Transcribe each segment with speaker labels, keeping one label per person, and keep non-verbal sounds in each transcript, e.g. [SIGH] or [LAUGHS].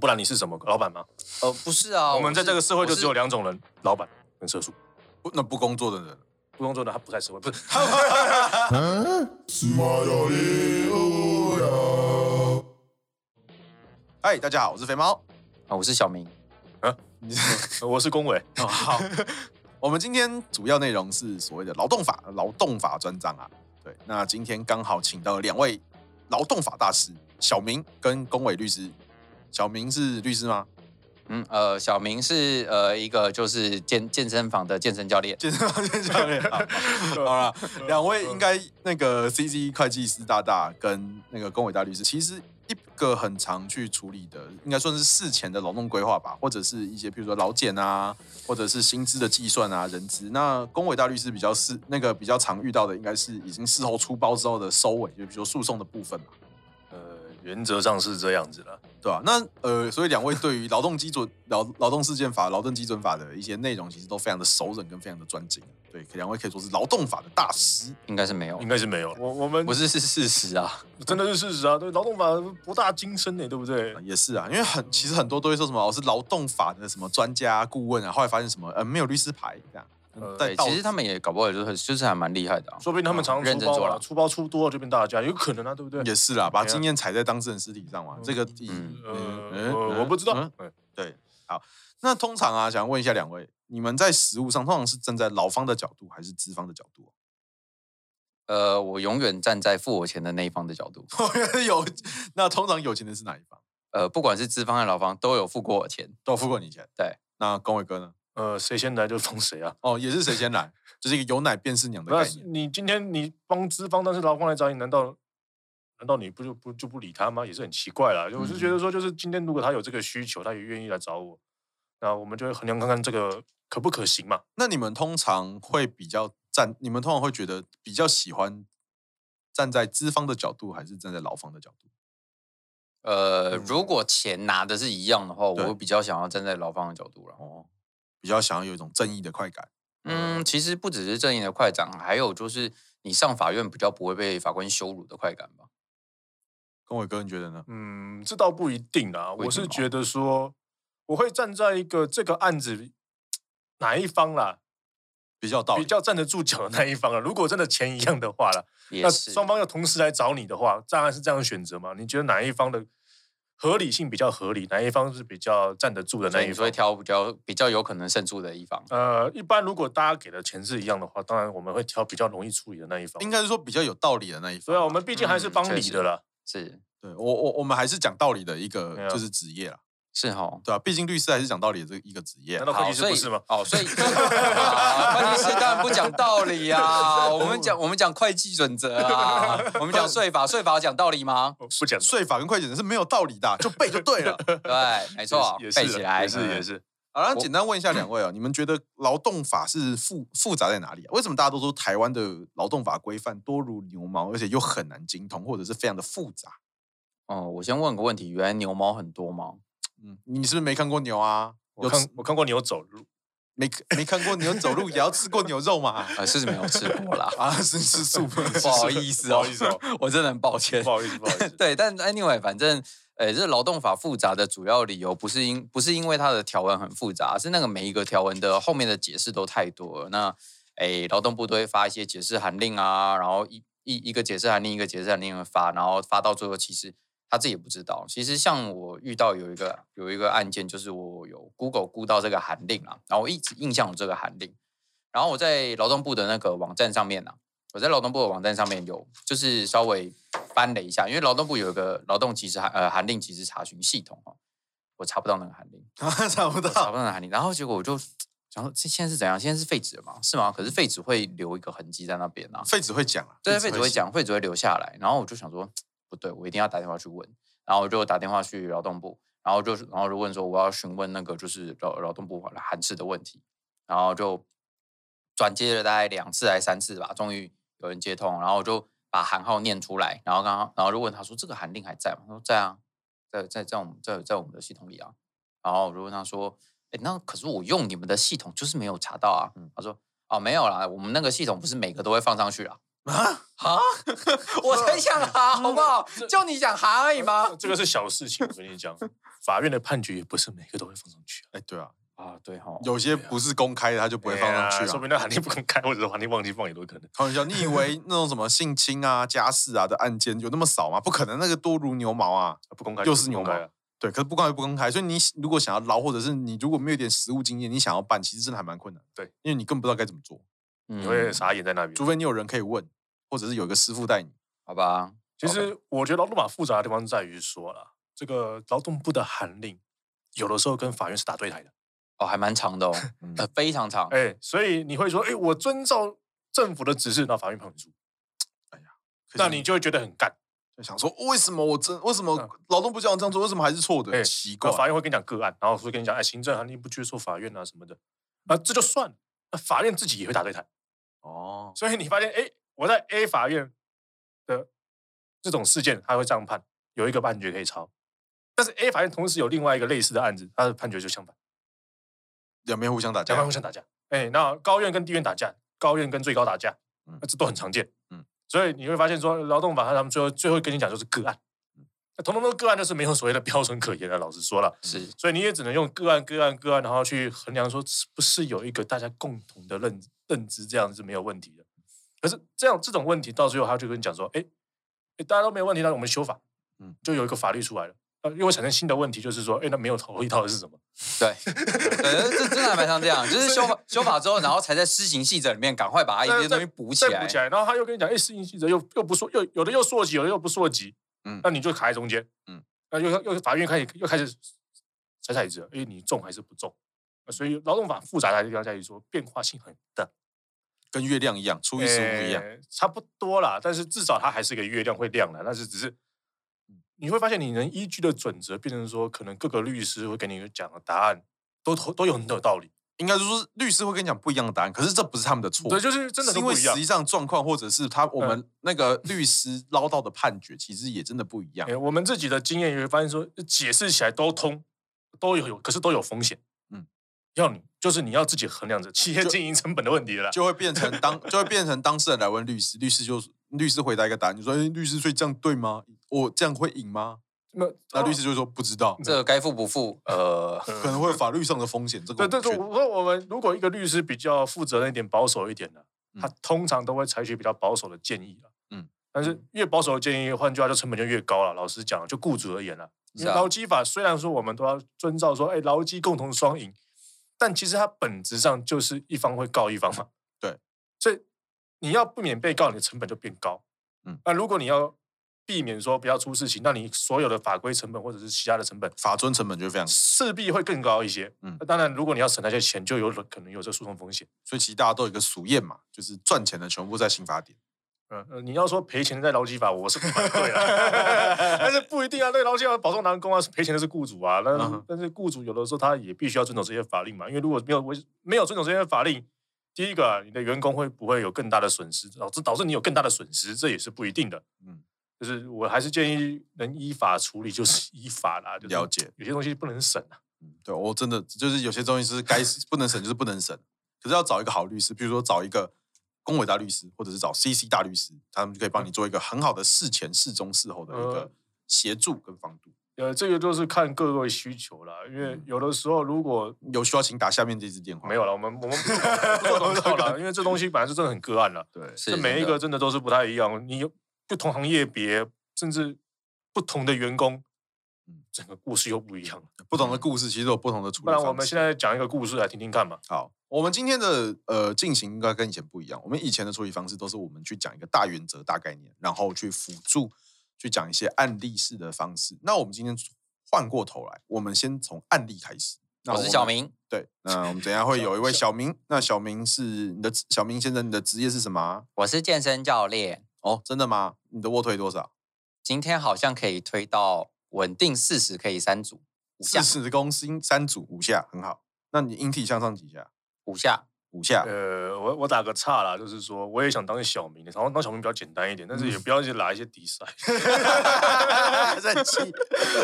Speaker 1: 不然你是什么老板吗？
Speaker 2: 呃，不是啊，
Speaker 1: 我们在
Speaker 2: 是
Speaker 1: 这个社会就只有
Speaker 2: 我是
Speaker 1: 两种人：老板跟社畜。
Speaker 3: 不那不工作的人，
Speaker 1: 不工作的他不在社会，不是
Speaker 3: 嗨，哎大家好，我是肥猫。
Speaker 2: 啊，我是小明。
Speaker 1: 呃我是龚伟。
Speaker 3: 哦、好，我们今天主要内容是所谓的劳动法，劳动法专章啊。对，那今天刚好请到两位劳动法大师，小明跟龚伟律师。小明是律师吗？ [LAUGHS]
Speaker 2: 嗯，呃，小明是呃一个就是健健身房的健身教练。
Speaker 3: 健身房健教练。好好好了，两位
Speaker 1: 嗯
Speaker 3: 应该那个 CC 会计师大大跟那个龚伟大律师，其实一个很常去处理的，应该算是事前的劳动规划吧，或者是一些比如说劳检啊，或者是薪资的计算啊、人资。那龚伟大律师比较是那个比较常遇到的，应该是已经事后出包之后的收尾，就比如说诉讼的部分嘛，
Speaker 1: 呃，原则上是这样子的。
Speaker 3: 对吧、那呃，所以两位对于劳动基准劳劳动事件法、劳动基准法的一些内容，其实都非常的熟稔跟非常的专精。对，两位可以说是劳动法的大师。
Speaker 2: 应该是没有
Speaker 1: 应，该是没有。我我们
Speaker 2: 不是是事实啊。
Speaker 1: 真的是事实啊，对劳动法博大精深呢，对不对？
Speaker 3: 也是啊，因为很其实很多都会说什么我哦是劳动法的什么专家顾问啊，后来发现什么呃没有律师牌这样，
Speaker 1: 呃
Speaker 3: 在
Speaker 2: 对，
Speaker 3: 道
Speaker 2: 其实他们也搞不好就是就是还蛮厉害的、啊。
Speaker 1: 说不定他们常常
Speaker 2: 认
Speaker 1: 出
Speaker 2: 真
Speaker 1: 包
Speaker 2: 做
Speaker 1: 啊，
Speaker 2: 了，
Speaker 1: 出包出多了就变大家，有可能啊，对不对？
Speaker 3: 也是啦，把
Speaker 1: 对啊
Speaker 3: 经验踩在当事人尸体上嘛，
Speaker 1: 嗯
Speaker 3: 这个以
Speaker 2: 嗯
Speaker 1: 呃
Speaker 3: 嗯
Speaker 1: 呃，我不知道。
Speaker 3: 嗯
Speaker 1: 嗯
Speaker 3: 对，好，那通常啊，想问一下两位，你们在实务上通常是站在劳方的角度还是资方的角度？啊
Speaker 2: 呃，我永远站在付我钱的那一方的角度。
Speaker 3: 我觉得 [LAUGHS] 有，那通常有钱的是哪一方？
Speaker 2: 呃，不管是资方还是劳方，都有付过我钱。
Speaker 3: 都有付过你钱。
Speaker 2: 对，
Speaker 3: 那龚伟哥呢？
Speaker 1: 呃，谁先来就封谁啊。
Speaker 3: 哦，也是谁先来，就是一个有奶便是娘的
Speaker 1: 那
Speaker 3: 概
Speaker 1: 是
Speaker 3: 念。
Speaker 1: 你今天你帮资方，但是劳方来找你，难道难道你不就不就不理他吗？也是很奇怪啦。我是觉
Speaker 3: 嗯
Speaker 1: 得说，就是今天如果他有这个需求，他也愿意来找我，那我们就会衡量看看这个可不可行嘛。
Speaker 3: 那你们通常会比较站，你们通常会觉得比较喜欢站在资方的角度，还是站在劳方的角度？
Speaker 2: 呃，
Speaker 1: 嗯
Speaker 2: 如果钱拿的是一样的话，我
Speaker 3: 对
Speaker 2: 会比较想要站在劳方的角度了。
Speaker 3: 哦，比较想要有一种正义的快感。
Speaker 2: 嗯，其实不只是正义的快感，还有就是你上法院比较不会被法官羞辱的快感吧。
Speaker 3: 跟伟哥，你觉得呢？
Speaker 1: 嗯，这倒不一定啦。
Speaker 2: 为
Speaker 1: 我
Speaker 2: 什
Speaker 1: 是
Speaker 2: 么
Speaker 3: 哦
Speaker 1: 觉得说，我会站在一个这个案子哪一方啦，
Speaker 3: 比较有道理
Speaker 1: 比较站得住脚的那一方啊。如果真的钱一样的话啦，
Speaker 2: 也
Speaker 1: 那
Speaker 2: 是，
Speaker 1: 双方要同时来找你的话，当然是这样选择嘛。你觉得哪一方的合理性比较合理？哪一方是比较站得住的
Speaker 2: 所
Speaker 1: 那
Speaker 2: 以
Speaker 1: 一
Speaker 2: 你会
Speaker 1: 方？
Speaker 2: 挑比较比较有可能胜出的一方。
Speaker 1: 呃，一般如果大家给的钱是一样的话，当然我们会挑比较容易处理的那一方。
Speaker 3: 应该是说比较有道理的那一方吧。
Speaker 1: 对啊，我们毕竟还是
Speaker 2: 嗯
Speaker 1: 帮
Speaker 2: 确
Speaker 1: 你
Speaker 2: 实
Speaker 1: 的啦。
Speaker 2: 是
Speaker 3: 对我我我们还是讲道理的一
Speaker 1: 对
Speaker 3: 个
Speaker 1: 啊
Speaker 3: 就是职业啦，
Speaker 2: 是哈。
Speaker 3: 对吧、啊毕竟律师还是讲道理的这一个职业
Speaker 1: 难
Speaker 3: 啊。
Speaker 1: 道会
Speaker 2: 好，
Speaker 1: 计师
Speaker 2: 所
Speaker 1: 不
Speaker 2: 以
Speaker 1: 是吗？
Speaker 2: 哦，所以 [LAUGHS] 啊会计师当然不讲道理啊，我们讲我们讲会计准则啊，我们讲税法，税法讲道理吗？
Speaker 1: 哦不讲
Speaker 3: 税法跟会计人是没有道理的啊、就背就
Speaker 1: [LAUGHS]
Speaker 3: 对了。
Speaker 2: 对，没错啊
Speaker 1: 也，是啊
Speaker 2: 背起来
Speaker 1: 也是也
Speaker 2: 嗯
Speaker 1: 是。
Speaker 3: 好了，那
Speaker 2: 我
Speaker 3: 简单问一下两位啊，你们觉得劳动法是复复杂在哪里啊？为什么大家都说台湾的劳动法规范多如牛毛，而且又很难精通，或者是非常的复杂？
Speaker 2: 哦，我先问个问题，原来牛毛很多吗？
Speaker 3: 嗯，你是不是没看过牛啊？
Speaker 1: 我看我看过牛走路，
Speaker 3: 没没看过牛走路，也要吃过牛肉嘛？，
Speaker 2: 呃，是没有吃过啦
Speaker 3: 啊，是吃素，
Speaker 2: 不好意思哦，
Speaker 1: [LAUGHS] 不好
Speaker 2: [LAUGHS]
Speaker 1: 意思哦，
Speaker 2: 我真的很抱歉。
Speaker 1: 不。好意思不好意思
Speaker 2: [LAUGHS] 对，但 anyway，反正，呃，这劳动法复杂的主要理由不是因不是因为它的条文很复杂，是那个每一个条文的后面的解释都太多了。那，诶，劳动部都会发一些解释函令啊，然后一一一个解释函令，一个解释函令地发，然后发到最后，其实他自己也不知道。其实像我遇到有一个有一个案件，就是我有 Google 估到这个函令啊，然后我一直印象有这个函令，然后我在劳动部的那个网站上面啊，我在劳动部的网站上面有就是稍微翻了一下，因为劳动部有一个劳动及时函呃函令及时查询系统哦，我查不到那个函令，
Speaker 3: 啊，查不
Speaker 2: 查
Speaker 3: 到。
Speaker 2: 不到那个函令，然后结果我就想说这现在是怎样？现在是废纸了吗？是吗？可是废纸会留一个痕迹在那边啊，
Speaker 3: 废纸会讲啊，
Speaker 2: 对，废纸会
Speaker 3: 写。
Speaker 2: 讲，废纸会留下来。然后我就想说，不对，我一定要打电话去问。然后我就打电话去劳动部，然后就是，然后就问说我要询问那个就是劳劳动部函释的问题，然后就转接了大概两次还是三次吧，终于有人接通，然后我就把函号念出来，然后刚刚然后就问他说这个函令还在吗？他说在啊，在在在我们在在我们的系统里啊。然后我就问他说，哎，那可是我嗯用你们的系统就是没有查到啊。他说哦没有啦，我们那个系统不是每个都会放上去啊。 [LAUGHS] 啊！我才想哈，好不好？就你讲哈而已吗？
Speaker 1: 这个是小事情，我跟你
Speaker 2: [LAUGHS]
Speaker 1: 讲，法院的判决也不是每个都会放上去啊。
Speaker 3: 哎，对啊，
Speaker 2: 啊，对哈、
Speaker 3: 有些不是公开的，他就不会放上
Speaker 1: 哎
Speaker 3: 去
Speaker 1: 呀说
Speaker 3: 啊。
Speaker 1: 明那法庭不公开，或者是法庭忘记放也都有可能。
Speaker 3: 开玩笑，你以为那种什么性侵啊、家事啊的案件有那么少吗？不可能，那个多如牛毛啊。
Speaker 1: 不公开
Speaker 3: 又是牛
Speaker 1: 不
Speaker 3: 毛
Speaker 1: 公开啊。
Speaker 3: 对，可是不公开就不公开，所以你如果想要捞，或者是你如果没有一点实务经验，你想要办，其实真的还蛮困难。
Speaker 1: 对，
Speaker 3: 因为你根本不知道该怎么做，
Speaker 1: 你
Speaker 2: 嗯
Speaker 1: 会傻眼在那边。
Speaker 3: 除非你有人可以问，或者是有一个师傅带你。
Speaker 2: 好吧？
Speaker 1: 其实我觉得劳动法复杂的地方在于说啦，这个劳动部的函令有的时候跟法院是打对台的。
Speaker 2: 哦，还蛮长的哦，
Speaker 3: 嗯
Speaker 2: 呃，非常长。
Speaker 1: 哎，所以你会说，哎，我遵照政府的指示，那法院判我输，
Speaker 3: 可是
Speaker 1: 那你就会觉得很干。
Speaker 3: 就想说，为什么我真为什么
Speaker 1: 嗯
Speaker 3: 劳动部叫我这样做，为什么还是错的？
Speaker 1: 哎
Speaker 3: 奇怪
Speaker 1: 那，法院会跟你讲个案，然后会跟你讲，哎，行政函令不接受法院啊什么的，啊，这就算了。那法院自己也会打对台，
Speaker 3: 哦，
Speaker 1: 所以你发现，哎，我在 A 法院的这种事件，他会这样判，有一个判决可以抄。但是 A 法院同时有另外一个类似的案子，他的判决就相反。
Speaker 3: 两边互相打架
Speaker 1: 两方，互相打架。哎、那高院跟地院打架，高院跟最高打架，
Speaker 3: 嗯
Speaker 1: 那这都很常见。
Speaker 3: 嗯
Speaker 1: 嗯，所以你会发现说，劳动法他们最后最后跟你讲就是个案，那同同都个案，就是没有所谓的标准可言的。老实说了，
Speaker 2: 是
Speaker 1: 所以你也只能用个案、个案、个案，然后去衡量说是不是有一个大家共同的认认知，这样是没有问题的。可是这样这种问题到最后，他就跟你讲说，哎、哎大家都没有问题，那我们修法，
Speaker 3: 嗯
Speaker 1: 嗯，就有一个法律出来了。呃，又会产生新的问题，就是说，哎、那没有同意到底是什么？
Speaker 2: 对，对，这真的还蛮像这样，就是修法修法之后，然后才在施行细则里面赶快把它一些东西补起
Speaker 1: 再
Speaker 2: 来
Speaker 1: 补。起来，然后他又跟你讲，哎、适应细则又又不说，又有的又溯及，有的又不溯及，
Speaker 3: 嗯
Speaker 1: 嗯，那你就卡在中间，
Speaker 3: 嗯
Speaker 1: 嗯，那又又法院开始又开始踩踩子了，哎、你中还是不中？所以劳动法复杂的地方在于说变化性很大，
Speaker 3: 跟月亮一样，初一十五一样。
Speaker 1: 哎差不多啦。但是至少它还是个月亮会亮的，但是只是你会发现，你能依据的准则变成说，可能各个律师会给你讲的答案都都有很有道理，
Speaker 3: 应该是说律师会跟你讲不一样的答案，可是这不是他们的错，
Speaker 1: 对，就是真的都
Speaker 3: 是因
Speaker 1: 不
Speaker 3: 为
Speaker 1: 一样嗯
Speaker 3: 实际。上状况或者是他我们那个律师捞到的判决，其实也真的不一样
Speaker 1: 哎、。我们自己的经验也会发现说，解释起来都通，都有，可是都有风险。
Speaker 3: 嗯
Speaker 1: 嗯，要你就是你要自己衡量着企业
Speaker 3: 就
Speaker 1: 经营成本的问题了啦。
Speaker 3: 就会变成当就会变成当事人来问律师，律师就律师回答一个答案，你说、哎，律师所以这样对吗？我这样会赢吗？
Speaker 1: 那
Speaker 3: 那律师就会说不知
Speaker 1: 哦
Speaker 3: 道，
Speaker 2: 这个该付不付？呃，
Speaker 3: 可能会有法律上的风险。这个
Speaker 1: 嗯对
Speaker 3: 我
Speaker 1: 对
Speaker 3: 不
Speaker 1: 对，
Speaker 3: 确定
Speaker 1: 我说我们如果一个律师比较负责任一点、保守一点的、他通常都会采取比较保守的建议了。
Speaker 3: 嗯
Speaker 1: 嗯，但是越保守的建议，换句话就成本就越高了。老实讲，就雇主而言了，因
Speaker 2: 是
Speaker 1: 为
Speaker 2: 啊
Speaker 1: 劳基法虽然说我们都要遵照说，哎，劳基共同双赢，但其实它本质上就是一方会告一方嘛。
Speaker 3: 对，
Speaker 1: 所以你要避免被告，你的成本就变高。
Speaker 3: 嗯
Speaker 1: 嗯，那如果你要避免说不要出事情，那你所有的法规成本或者是其他的成本
Speaker 3: 法尊成本就会非常，
Speaker 1: 势必会更高一些。
Speaker 3: 嗯
Speaker 1: 嗯，当然，如果你要省那些钱，就有可能有这诉讼风险。
Speaker 3: 所以其实大家都有一个俗谚嘛，就是赚钱的全部在刑法典。
Speaker 1: 嗯、呃，你要说赔钱在劳基法，我是不反对
Speaker 3: [LAUGHS]
Speaker 1: 啊，但是不一定啊。对劳基法保障男工啊，是赔钱的是雇主啊。但是、
Speaker 3: 嗯哼
Speaker 1: 但是雇主有的时候他也必须要遵守这些法令嘛，因为如果没有违没有遵守这些法令，第一个啊、你的员工会不会有更大的损失，导致导致你有更大的损失，这也是不一定的。
Speaker 3: 嗯
Speaker 1: 嗯，就是我还是建议能依法处理就是依法啦，就是
Speaker 3: 了解，
Speaker 1: 有些东西不能省啊。
Speaker 3: 嗯，对我真的就是有些东西是该不能省就是不能省，可是要找一个好律师，比如说找一个龚伟大律师，或者是找 CC 大律师，他们就可以帮你做一个很好的事前、事中、事后的一个
Speaker 1: 呃
Speaker 3: 协助跟防堵。
Speaker 1: 呃，这个就是看各位需求啦，因为
Speaker 3: 嗯
Speaker 1: 有的时候如果
Speaker 3: 有需要请打下面这支电
Speaker 1: [LAUGHS]
Speaker 3: 话。
Speaker 1: 没有了，我们我们 [LAUGHS] 不做广告了，因为这东西本来是真的很个案了，
Speaker 3: 对，
Speaker 2: 是
Speaker 1: 这每一个真的都是不太一样，你有不同行业别，甚至不同的员工
Speaker 3: 嗯，
Speaker 1: 整个故事又不一
Speaker 3: [LAUGHS]
Speaker 1: 样了。
Speaker 3: 不同的故事其实都有不同的处理
Speaker 1: 不
Speaker 3: 方
Speaker 1: 然
Speaker 3: 式。
Speaker 1: 我们现在讲一个故事来听听看嘛。
Speaker 3: 好，我们今天的呃进行应该跟以前不一样。我们以前的处理方式都是我们去讲一个大原则、大概念，然后去辅助去讲一些案例式的方式。那我们今天换过头来，我们先从案例开始。那
Speaker 2: 我是小
Speaker 3: 们，
Speaker 2: 明，
Speaker 3: 对，那我们等一下会有一位小明。那小明是你的职小明先生，你的职业是什么啊？
Speaker 2: 我是健身教练，
Speaker 3: 哦，真的吗？你的卧推多少？
Speaker 2: 今天好像可以推到稳定四十，可以三组五下
Speaker 3: 四十公斤，三组五下，很好。那你引体向上几下？
Speaker 2: 五下， [LAUGHS]
Speaker 3: 五下， [LAUGHS]
Speaker 1: 呃，我我打个岔啦，就是说我也想当小明，然后当小明比较简单一点，但是
Speaker 3: 嗯
Speaker 1: 也不要去拿一些比
Speaker 3: [LAUGHS]
Speaker 1: 赛。
Speaker 3: 生气，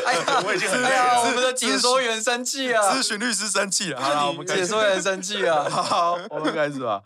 Speaker 2: 哎
Speaker 3: 啊
Speaker 2: 呀，
Speaker 1: 我已经很
Speaker 2: 哎呀，
Speaker 1: 累
Speaker 2: 我
Speaker 1: 了
Speaker 2: 们的解说员生气 [LAUGHS] 啊，
Speaker 3: 咨询律师生气了。好啦，我们开
Speaker 2: 解
Speaker 3: 始。
Speaker 2: 说员生气啊。
Speaker 3: 好，我们开始吧。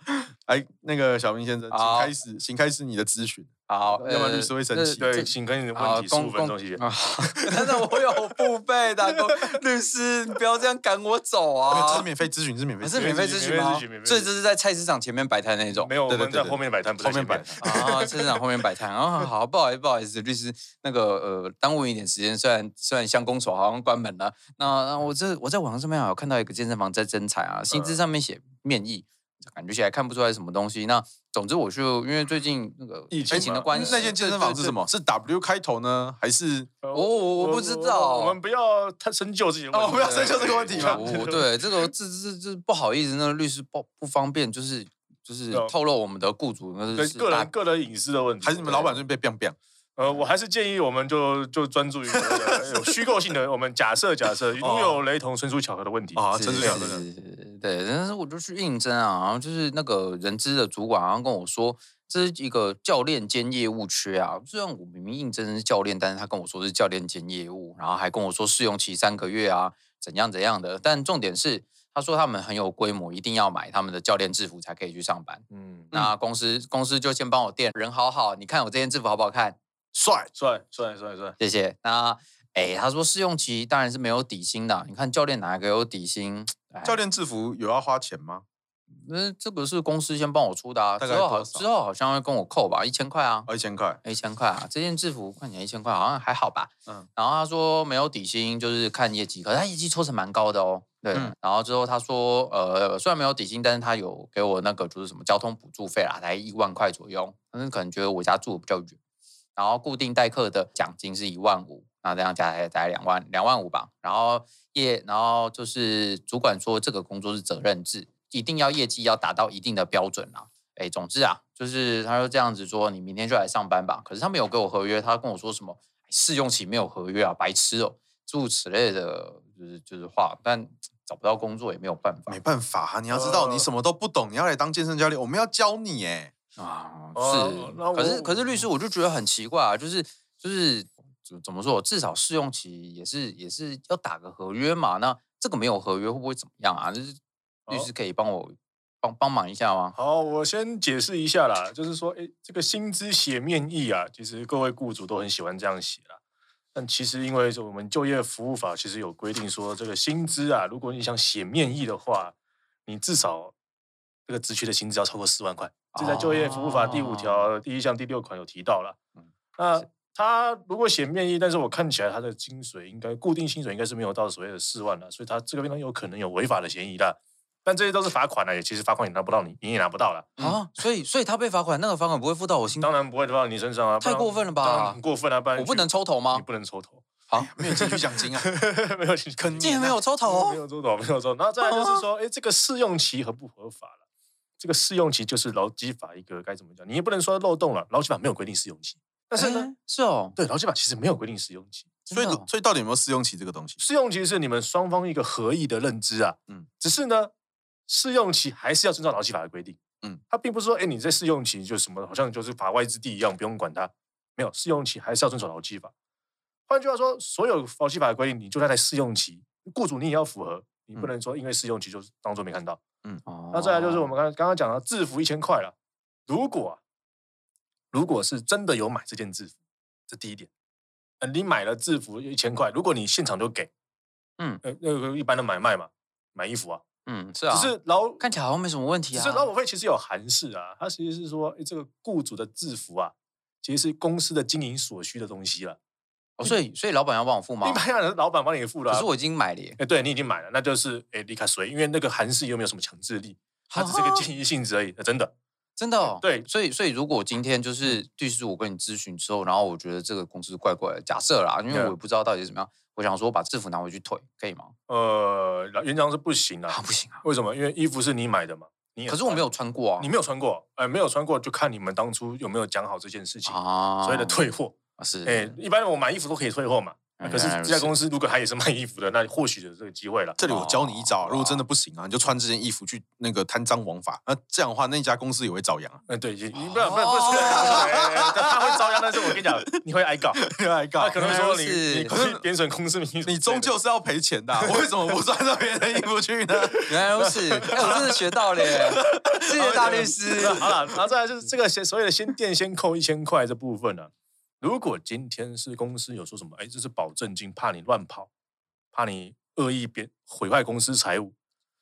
Speaker 3: 哎，那个小明先生，请
Speaker 2: 好
Speaker 3: 开始，请开始你的咨询。
Speaker 2: 好，
Speaker 3: 要不然
Speaker 2: 呃
Speaker 3: 律师会生
Speaker 2: 这
Speaker 3: 气
Speaker 1: 对，请跟你的
Speaker 2: 好
Speaker 1: 问题十五分钟，谢谢。
Speaker 2: 啊， [LAUGHS] 但是我有付费的，公律师，你不要这样赶我走
Speaker 3: 这
Speaker 2: 啊
Speaker 3: 是！免费咨询，这是免费
Speaker 2: 还
Speaker 3: 咨
Speaker 2: 是
Speaker 3: 询。
Speaker 2: 免费咨询吗
Speaker 1: 免费咨询免费咨？询
Speaker 2: 所以这是在菜市场前面摆摊那种
Speaker 1: 没。有，我
Speaker 3: 对对
Speaker 1: 们
Speaker 3: 对
Speaker 1: 在
Speaker 3: 对
Speaker 1: 后面摆摊，不在
Speaker 3: 后
Speaker 1: 前
Speaker 3: 面摆
Speaker 1: 面。
Speaker 3: 摊。
Speaker 2: [LAUGHS] 啊，菜市场后面摆摊啊，好，不好意思，不好意思，律师，那个呃，耽误你一点时间，虽然虽然乡公所好像关门了，那那我这我在网上面有看到一个健身房在征才啊，薪资上面写面议，感觉起来看不出来是什么东西。那总之我就因为最近那个
Speaker 1: 疫情
Speaker 2: 情的
Speaker 1: 嘛
Speaker 2: 关系，
Speaker 3: 那间健身房是什
Speaker 2: 么？
Speaker 3: 么？是 W 开头呢，还是
Speaker 1: 哦
Speaker 2: 我我我不知道
Speaker 1: 我们不要太深究自己的问
Speaker 3: 哦
Speaker 1: 题。
Speaker 3: 不要深究这个问题啊吗
Speaker 1: 吧。
Speaker 2: 我
Speaker 1: [LAUGHS]
Speaker 2: 我对这个这这这不好意思，那个律师不不方便，就是就是
Speaker 1: 对啊
Speaker 2: 透露我们的雇主那
Speaker 1: 对
Speaker 2: 是
Speaker 1: 个
Speaker 2: 大
Speaker 1: 人个人隐私的问题，
Speaker 3: 还是你们老板就被 biang biang？
Speaker 1: 呃，我还是建议我们就就专注于那个呃有虚构性的，我们假设假
Speaker 3: [LAUGHS]
Speaker 1: 设，如有雷同，纯属巧合的问题。
Speaker 3: 哦啊
Speaker 2: 是
Speaker 3: 陈
Speaker 2: 是
Speaker 3: 志远
Speaker 2: 是
Speaker 3: 真的
Speaker 2: 是是对，但是我就去应征啊，然后就是那个人资的主管，然后跟我说。这是一个教练兼业务缺啊！虽然我明明应征是教练，但是他跟我说是教练兼业务，然后还跟我说试用期三个月啊，怎样怎样的。但重点是，他说他们很有规模，一定要买他们的教练制服才可以去上班。
Speaker 1: 嗯，
Speaker 2: 那公司公司就先帮我垫，人好好，你看我这件制服好不好看？
Speaker 3: 帅，
Speaker 1: 帅帅帅帅，
Speaker 2: 谢谢。那哎，他说试用期当然是没有底薪的，啊你看教练哪一个有底薪？哎
Speaker 3: 教，练制服有要花钱吗？
Speaker 2: 那这个是公司先帮我出的啊，
Speaker 3: 大
Speaker 2: 之
Speaker 3: 概
Speaker 2: 后好
Speaker 3: 多少
Speaker 2: 之后好像会跟我扣吧，一千块啊。
Speaker 3: 哦一千块。
Speaker 2: 一千块啊，这件制服看起来一千块好像还好吧。
Speaker 3: 嗯
Speaker 2: 嗯，然后他说没有底薪，就是看业绩，可是他业绩抽成蛮高的哦。对，
Speaker 3: 嗯
Speaker 2: 然后之后他说，呃，虽然没有底薪，但是他有给我那个就是什么交通补助费啦，才一万块左右。但是可能觉得我家住的比较远，然后固定代课的奖金是一万五，那这样加起来才两万两万五吧。然后业，然后就是主管说这个工作是责任制，一定要业绩要达到一定的标准啦。哎，总之啊，就是他就这样子说，你明天就来上班吧。可是他没有给我合约，他跟我说什么哎试用期没有合约啊，白痴哦，诸如此类的，就是就是话，但找不到工作也没有办法
Speaker 3: 没办法啊，你要知道，
Speaker 1: 呃
Speaker 3: 你什么都不懂，你要来当健身教练，我们要教你哎。
Speaker 2: 啊。
Speaker 1: 哦
Speaker 2: 是，
Speaker 1: 那
Speaker 2: 可是
Speaker 1: 我
Speaker 2: 可是律师，我就觉得很奇怪啊，就是就是怎怎么说，至少试用期也是也是要打个合约嘛。那这个没有合约会不会怎么样啊？就是律
Speaker 1: 好
Speaker 2: 师可以帮我帮帮忙一下吗？
Speaker 1: 好，我先解释一下啦，就是说，哎，这个薪资写面议啊，其实各位雇主都很喜欢这样写啦。但其实因为我们就业服务法其实有规定说，这个薪资啊，如果你想写面议的话，你至少这个职缺的薪资要超过四万块，这在就业服务法第
Speaker 2: 哦
Speaker 1: 五
Speaker 2: 啊
Speaker 1: 条第一项第六款有提到了。
Speaker 2: 嗯
Speaker 1: 那他如果写面议，但是我看起来他的薪水应该固定薪水应该是没有到所谓的四万的，所以他这个地方有可能有违法的嫌疑的。但这些都是罚款了，也其实罚款也拿不到你，你也拿不到了，
Speaker 2: 啊，所以所以他被罚款，那个罚款不会付到我心
Speaker 1: 嗯当然不会到你身上啊，不
Speaker 2: 太
Speaker 1: 然
Speaker 2: 过分了吧
Speaker 1: 当然很过分啊，不然
Speaker 2: 我不
Speaker 1: 去
Speaker 2: 能抽头吗
Speaker 1: 你不能抽头， [LAUGHS]
Speaker 2: 好，
Speaker 3: 没有进去奖
Speaker 2: [LAUGHS]
Speaker 3: 金啊，
Speaker 1: 没有进去
Speaker 3: 坑
Speaker 2: 竟然没有抽
Speaker 1: 没
Speaker 2: 头，
Speaker 1: 有抽头，没有抽头。然后再来就是说，哎，这个试用期合不合法了？这个试用期就是劳基法一个该怎么讲，你也不能说漏洞了，劳基法没有规定试用期，但是呢，
Speaker 2: 哎，是哦，
Speaker 1: 对，劳基法其实没有规定试用期。
Speaker 3: 所以
Speaker 2: 真的哦
Speaker 3: 所以到底有没有试用期这个东西？
Speaker 1: 试用期是你们双方一个合意的认知啊，
Speaker 3: 嗯
Speaker 1: 嗯，只是呢，试用期还是要遵照劳基法的规定，
Speaker 3: 嗯
Speaker 1: 嗯，它并不是说，哎，你在试用期就什么，好像就是法外之地一样，不用管它，没有，试用期还是要遵守劳基法。换句话说，所有劳基法的规定，你就算在试用期，雇主你也要符合，你不能说因为试用期就是当做没看到。
Speaker 2: 哦
Speaker 1: 那再来就是我们刚刚刚讲到制服一千块了，如果、啊、如果是真的有买这件制服，这第一点，呃，你买了制服一千块，如果你现场就给，
Speaker 2: 嗯
Speaker 1: 呃，那个一般的买卖嘛，买衣服啊，
Speaker 2: 嗯，是啊，
Speaker 1: 只是劳
Speaker 2: 看起来好像没什么问题
Speaker 1: 只
Speaker 2: 啊。
Speaker 1: 是劳保费其实有函释啊，它其实是说，诶这个雇主的制服啊，其实是公司的经营所需的东西了，
Speaker 2: 哦所以所以老板要帮我付吗
Speaker 1: 一？般让人老板帮你付了、
Speaker 2: 可
Speaker 1: 啊
Speaker 2: 是。我已经买了耶，
Speaker 1: 哎，对你已经买了，那就是哎，离开谁？因为那个函释又没有什么强制力，它只是个
Speaker 2: 啊
Speaker 1: 建议性质而已，呃真的。
Speaker 2: 真的哦。
Speaker 1: 对
Speaker 2: 所以所以如果今天就是律师我跟你咨询之后，然后我觉得这个公司怪怪的，假设啦，因为
Speaker 1: 对
Speaker 2: 我也不知道到底是怎么样，我想说把制服拿回去退，可以吗？
Speaker 1: 呃，原则上是不行的、
Speaker 2: 啊，不行啊，
Speaker 1: 为什么？因为衣服是你买的嘛，你也
Speaker 2: 可是我没有穿过啊
Speaker 1: 穿，你没有穿过，哎、没有穿过就看你们当初有没有讲好这件事情，
Speaker 2: 啊，
Speaker 1: 所谓的退货。哎
Speaker 2: 啊是，嗯
Speaker 1: 哎、一般我买衣服都可以退货嘛，可是这家公司如果他也是卖衣服的，那或许有这个机会了。
Speaker 3: 这里我教你一招，如果
Speaker 2: 哦
Speaker 3: 真的不行啊，你就穿这件衣服去那个贪赃枉法。那这样的话，那家公司也会遭殃啊。
Speaker 1: 嗯，对，你
Speaker 2: 哦
Speaker 1: 你不然不然不是，哎他会遭殃，但是我跟你讲，你会
Speaker 2: [LAUGHS]
Speaker 1: 挨告，
Speaker 3: [LAUGHS] 来
Speaker 1: 他
Speaker 3: 哎搞，
Speaker 1: 可能会说你你
Speaker 2: 原来如此
Speaker 1: 故意贬损公司名誉，
Speaker 3: 你终究是要赔钱的啊、我为什么不穿上别人的衣服去呢？
Speaker 2: 原来如此，哎，我真的学到了耶，谢
Speaker 1: [LAUGHS]
Speaker 2: 谢大律师。
Speaker 1: 好了，然后再来就是这个先所谓的先垫先扣一千块这部分呢、啊如果今天是公司有说什么，哎，这是保证金，怕你乱跑，怕你恶意变毁坏公司财务，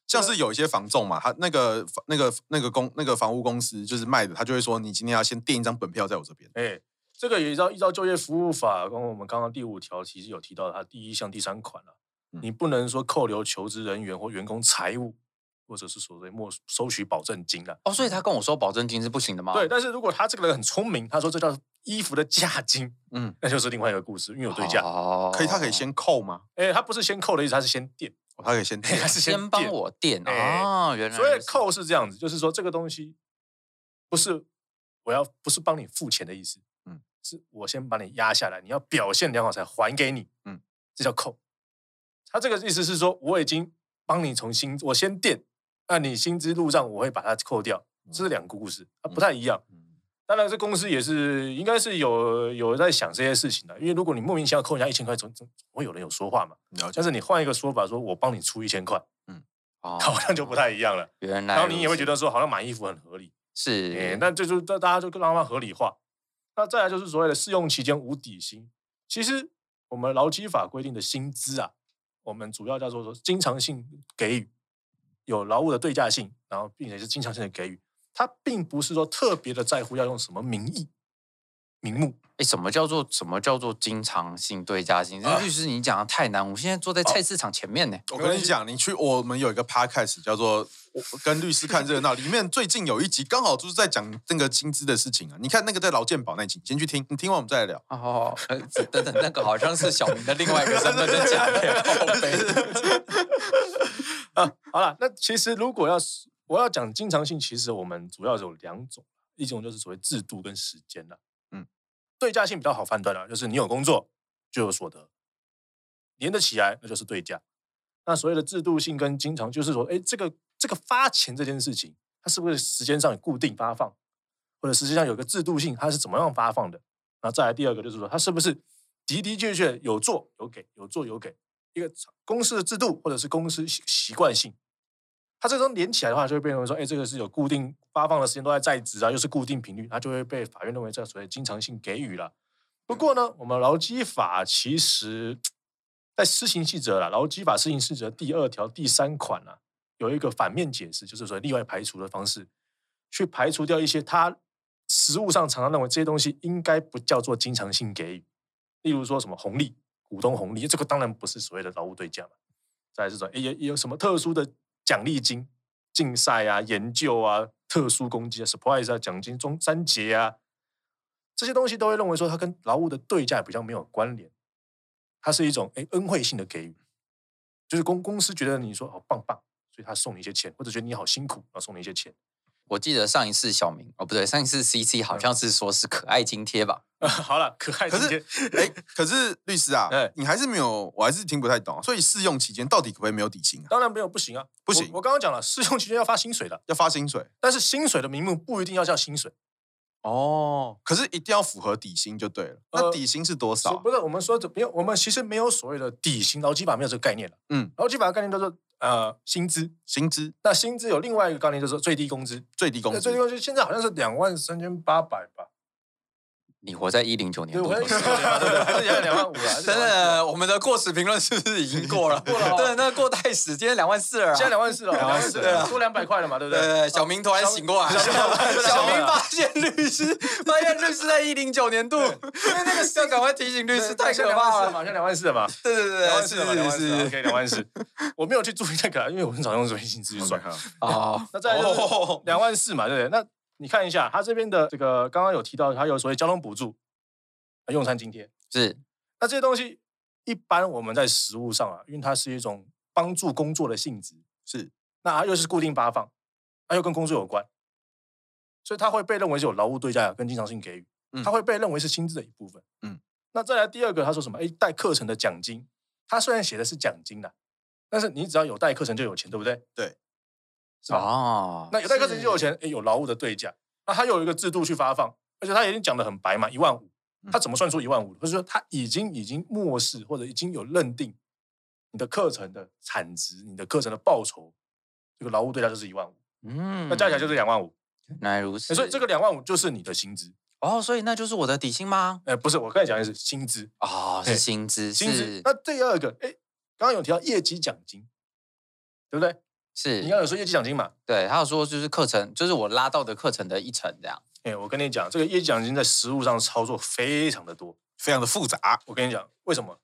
Speaker 3: 像是有一些房仲嘛，他那个那个那个公那个房屋公司就是卖的，他就会说你今天要先垫一张本票在我这边。
Speaker 1: 哎，这个也依照依照就业服务法，跟我们刚刚第五条其实有提到它第一项第三款了、
Speaker 3: 嗯
Speaker 1: 你不能说扣留求职人员或员工财物，或者是所谓没收取保证金了、
Speaker 2: 哦，所以他跟我说保证金是不行的
Speaker 3: 啊
Speaker 2: 吗？
Speaker 1: 对，，但是如果他这个人很聪明，他说这叫衣服的价金，
Speaker 3: 嗯，
Speaker 1: 那就是另外一个故事，因为有对价。
Speaker 2: 哦
Speaker 3: 可以，他可以先扣吗？
Speaker 1: 哎、他不是先扣的意思，他是先垫，
Speaker 3: 哦他可以先垫
Speaker 1: [LAUGHS] 他是
Speaker 2: 先帮
Speaker 1: 垫。
Speaker 2: 我垫
Speaker 1: 哎
Speaker 2: 哦，原来
Speaker 1: 所以
Speaker 2: 如此
Speaker 1: 扣是这样子，就是说这个东西不是我要不是帮你付钱的意思，
Speaker 3: 嗯
Speaker 1: 嗯，是我先把你压下来，你要表现良好才还给你，
Speaker 3: 嗯
Speaker 1: 嗯，这叫扣。他这个意思是说我已经帮你从薪，我先垫，那你薪资入账我会把它扣掉，这是两个故事，它不太一样。
Speaker 3: [LAUGHS] 嗯
Speaker 1: 当然，这公司也是应该是有有在想这些事情的，因为如果你莫名其妙扣人家一千块，总总总会有人有说话嘛。
Speaker 3: 了解
Speaker 1: 但。是你换一个说法，说我帮你出一千块， [LAUGHS]
Speaker 2: 哦
Speaker 1: 好像就不太一样了。
Speaker 2: 原来
Speaker 1: 然
Speaker 2: 如此，
Speaker 1: 后你也会觉得说，好像买衣服很合理，哎
Speaker 2: 是，，
Speaker 1: 那这就大大家就让它合理化。那再来就是所谓的试用期间无底薪，其实我们劳基法规定的薪资啊，我们主要叫做说经常性给予，有劳务的对价性，然后并且是经常性的给予，它并不是说特别的在乎要用什么名义、名目。
Speaker 2: 哎，什么叫做什么叫做经常性对加薪？
Speaker 1: 啊
Speaker 2: 律师，你讲的太难，我现在坐在菜市场前面呢。
Speaker 3: 我跟你讲，你去我们有一个 podcast 叫做《我跟律师看热闹》，里面最近有一集刚好就是在讲那个薪资的事情啊。你看那个在劳健保那集，你先去听，你听完我们再来聊。
Speaker 2: 哦，呃等等，那个好像是小明的另外一个身份的哦假 [LAUGHS] 面，靠背
Speaker 1: 好了，那其实如果要是我要讲经常性，其实我们主要有两种，一种就是所谓制度跟时间了。
Speaker 3: 嗯
Speaker 1: 嗯，对价性比较好判断了，就是你有工作就有所得，连得起来那就是对价。那所谓的制度性跟经常，就是说，哎，这个这个发钱这件事情，它是不是时间上有固定发放，或者实际上有个制度性，它是怎么样发放的？然后再来第二个就是说，它是不是的的确确有做有给，有做有给，一个公司的制度或者是公司习习惯性，它这种连起来的话，就会变成说，哎，这个是有固定发放的时间都在在职啊，又是固定频率，它就会被法院认为叫所谓经常性给予了。不过呢，我们劳基法其实，在施行细则啦，劳基法施行细则第二条第三款啊，有一个反面解释，就是说例外排除的方式，去排除掉一些他实务上常常认为这些东西应该不叫做经常性给予，例如说什么红利、股东红利，这个当然不是所谓的劳务对价嘛。再来是说，诶也也有什么特殊的奖励金、竞赛啊、研究啊、特殊攻击啊、surprise 啊、奖金中三节啊，这些东西都会认为说它跟劳务的对价比较没有关联，它是一种诶恩惠性的给予，就是公公司觉得你说好棒棒，所以他送你一些钱，或者觉得你好辛苦，然后送你一些钱。
Speaker 2: [LAUGHS] 我记得上一次小明哦，不对，上一次 CC 好像是说是可爱津贴吧？
Speaker 1: [LAUGHS] 好了，可爱
Speaker 3: 可
Speaker 1: 这
Speaker 3: 是
Speaker 1: 些，
Speaker 3: 哎，可是律师啊
Speaker 1: 哎，
Speaker 3: 你还是没有，我还是听不太懂。啊所以试用期间到底可不可以没有底薪啊？
Speaker 1: 当然没有不行啊，
Speaker 3: 不
Speaker 1: 我
Speaker 3: 行
Speaker 1: 我刚刚讲了，试用期间要发薪水的，
Speaker 3: 要发薪水，
Speaker 1: 但是薪水的名目不一定要叫薪水。
Speaker 2: 哦，
Speaker 3: 可是一定要符合底薪就对了。
Speaker 1: 呃
Speaker 3: 那底薪是多
Speaker 1: 所
Speaker 3: 少
Speaker 1: 不？是我们说的没有，我们其实没有所谓的底薪，劳基法没有这个概念了。
Speaker 3: 嗯，
Speaker 1: 劳基法的概念叫做呃薪资，
Speaker 3: 薪资
Speaker 1: 那薪资有另外一个概念就是最低工资。
Speaker 3: 最低工
Speaker 1: 那
Speaker 2: 哦
Speaker 3: 资，
Speaker 1: 呃最低工资现在好像是两万三千八百吧？
Speaker 2: 你活在一零九年
Speaker 1: 对，
Speaker 2: 度
Speaker 1: 我
Speaker 2: 就是 [LAUGHS] 了，
Speaker 1: 还是两万五啊？还是两
Speaker 2: 真
Speaker 1: 万四啊，
Speaker 2: 的，我们的过时评论是不是已经过了？
Speaker 1: 过了哦
Speaker 2: [LAUGHS] 对，啊那个过太史，今天两万四了啊。
Speaker 1: 现在两万四了，两
Speaker 3: 万
Speaker 1: 万
Speaker 3: 四
Speaker 1: 四
Speaker 3: 对啊
Speaker 1: 多两百块了嘛，对不对？
Speaker 2: 对，小明突然
Speaker 1: 小
Speaker 2: 醒过来，
Speaker 1: 小明
Speaker 2: 小明
Speaker 1: 小明
Speaker 2: 发现律师，发现律师在一零九年度，因为那个要赶快提醒律师，太可怕了。
Speaker 1: 嘛，现在两万四了嘛，
Speaker 2: 对对
Speaker 1: 两
Speaker 2: 对，
Speaker 1: 万四了嘛，两
Speaker 2: 是
Speaker 1: 万四
Speaker 2: 是是，
Speaker 1: ，OK，两万四。我没有去注意那个啊，因为我很少用微信支
Speaker 3: 去
Speaker 1: 付算。
Speaker 2: 哦，
Speaker 1: 那再来就是
Speaker 3: 哦
Speaker 1: 两万四嘛，对不对？那你看一下，他这边的这个刚刚有提到，他有所谓交通补助、呃用餐津贴，
Speaker 2: 是
Speaker 1: 那这些东西一般我们在实物上啊，因为它是一种帮助工作的性质，
Speaker 3: 是
Speaker 1: 那它又是固定发放，它又跟工作有关，所以它会被认为是有劳务对价跟经常性给予
Speaker 3: 嗯，
Speaker 1: 它会被认为是薪资的一部分。
Speaker 3: 嗯，
Speaker 1: 那再来第二个，他说什么？哎，带课程的奖金，他虽然写的是奖金啦，但是你只要有带课程就有钱，对不对？
Speaker 3: 对，
Speaker 1: 是吧？
Speaker 2: 哦，
Speaker 1: 啊那有带课程
Speaker 2: 是
Speaker 1: 就有，钱，诶有劳务的对价，那他又有一个制度去发放，而且他已经讲的很白嘛，一万五，
Speaker 2: 嗯
Speaker 1: 他怎么算出一万五？就是说他已经已经漠视或者已经有认定你的课程的产值，你的课程的报酬，这个劳务对价就是一万五，
Speaker 2: 嗯
Speaker 1: 那加起来就是两万五，
Speaker 2: 原来如此。
Speaker 1: 所以这个两万五就是你的薪资，
Speaker 2: 哦，所以那就是我的底薪吗？
Speaker 1: 哎、不是，我刚才讲的是薪资，
Speaker 2: 哦，是
Speaker 1: 嘿
Speaker 2: 薪资，
Speaker 1: 薪资
Speaker 2: 是。
Speaker 1: 那第二个，哎，刚刚有提到业绩奖金，对不对？你
Speaker 2: 是
Speaker 1: 刚，刚有说业绩奖金嘛？
Speaker 2: 对，他有说就是课程，就是我拉到的课程的一成这样。
Speaker 1: 哎，我跟你讲，这个业绩奖金在实务上操作非常的多。
Speaker 3: 非常的复杂。
Speaker 1: 我跟你讲，为什么？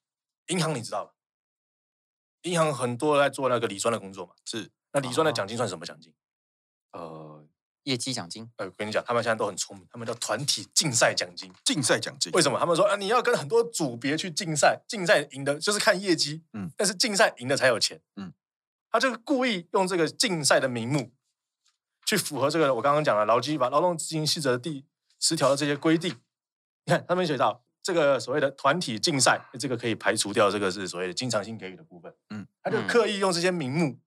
Speaker 1: 银行你知道吧？银行很多在做那个理专的工作嘛。
Speaker 3: 是，
Speaker 1: 那理专的
Speaker 2: 哦
Speaker 1: 奖金算什么奖金？
Speaker 2: 呃，业绩奖金
Speaker 1: 哎，我跟你讲，他们现在都很聪明，他们叫团体竞赛奖金。
Speaker 3: 竞赛奖金
Speaker 1: 为什么？他们说啊，你要跟很多组别去竞赛，竞赛赢的就是看业绩，
Speaker 3: 嗯
Speaker 1: 嗯，但是竞赛赢的才有钱，
Speaker 3: 嗯
Speaker 1: 嗯，他就是故意用这个竞赛的名目，去符合这个我刚刚讲的劳基法劳动执行细则的第十条的这些规定。你看，他们写到这个所谓的团体竞赛，这个可以排除掉这个是所谓的经常性给予的部分，
Speaker 3: 嗯
Speaker 1: 嗯，他就刻意用这些名目。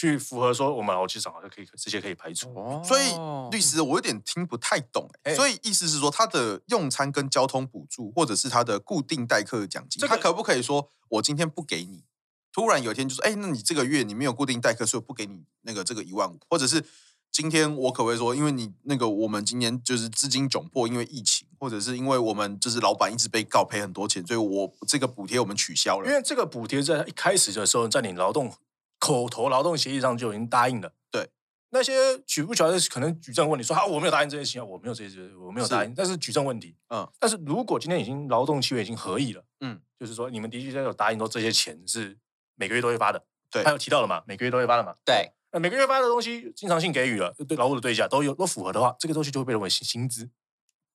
Speaker 1: 去符合说我们劳基市场好像可以这些可以排除，
Speaker 2: 哦，
Speaker 3: 所以律师，我有点听不太懂、欸
Speaker 1: 哎
Speaker 3: 所以意思是说，他的用餐跟交通补助，或者是他的固定代课奖金，
Speaker 1: 这
Speaker 3: 他
Speaker 1: 个
Speaker 3: 可不可以说我今天不给你？突然有一天就说，哎、那你这个月你没有固定代课，所以我不给你那个这个一万五，或者是今天我可不可以说，因为你那个我们今天就是资金窘迫，因为疫情，或者是因为我们就是老板一直被告赔很多钱，所以我这个补贴我们取消
Speaker 1: 因
Speaker 3: 了。
Speaker 1: 为这个补贴在一开始的时候，在你劳动口头劳动协议上就已经答应了。
Speaker 3: 对，
Speaker 1: 那些举不起来的可能举证问你说啊，我没有答应这些行为，我没有这些，我没有答应，但是举证问题。
Speaker 3: 嗯，
Speaker 1: 但是如果今天已经劳动契约已经合意了，
Speaker 3: 嗯，
Speaker 1: 就是说你们的确有答应说这些钱是每个月都会发的。
Speaker 3: 对
Speaker 1: 他有提到了嘛，每个月都会发的嘛。
Speaker 2: 对，
Speaker 1: 那每个月发的东西，经常性给予了，对劳务的对价都有都符合的话，这个东西就会被认为薪薪资。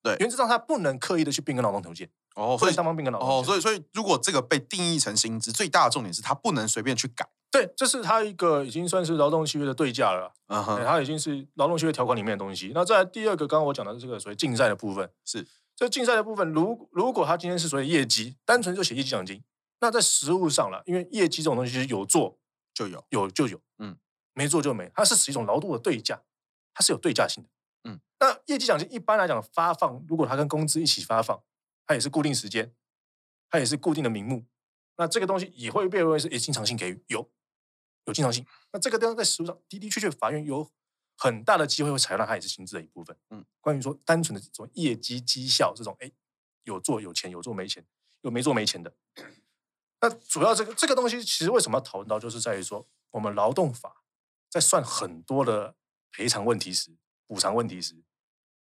Speaker 3: 对
Speaker 1: 原则上他不能刻意的去变更劳动条件，
Speaker 3: 哦
Speaker 1: 不
Speaker 3: 所以
Speaker 1: 能单方变更劳动条
Speaker 3: 哦，
Speaker 1: 件。
Speaker 3: 所以所以如果这个被定义成薪资，最大的重点是他不能随便去改。
Speaker 1: 对，这是他一个已经算是劳动契约的对价了。
Speaker 3: 嗯
Speaker 1: 对
Speaker 3: 哼，
Speaker 1: 它已经是劳动契约条款里面的东西。那再来第二个，刚刚我讲的这个所谓竞赛的部分，
Speaker 3: 是
Speaker 1: 这竞赛的部分，如如果他今天是所谓业绩，单纯就写业绩奖金，那在实物上了，因为业绩这种东西是有做
Speaker 3: 就有。
Speaker 1: 有就有，
Speaker 3: 嗯
Speaker 1: 嗯，没做就没，它是一种劳动的对价，它是有对价性的，
Speaker 3: 嗯
Speaker 1: 嗯。那业绩奖金一般来讲发放，如果它跟工资一起发放，它也是固定时间，它也是固定的名目，那这个东西也会被认为是诶经常性给予，有有经常性。那这个地方在实务上的的确确，法院有很大的机会会采纳它也是薪资的一部分。
Speaker 3: 嗯
Speaker 1: 嗯，关于说单纯的这种业绩绩效这种，哎，有做有钱，有做没钱，有没做没钱的。那主要这个这个东西，其实为什么要讨论到，就是在于说，我们劳动法在算很多的赔偿问题时、补偿问题时，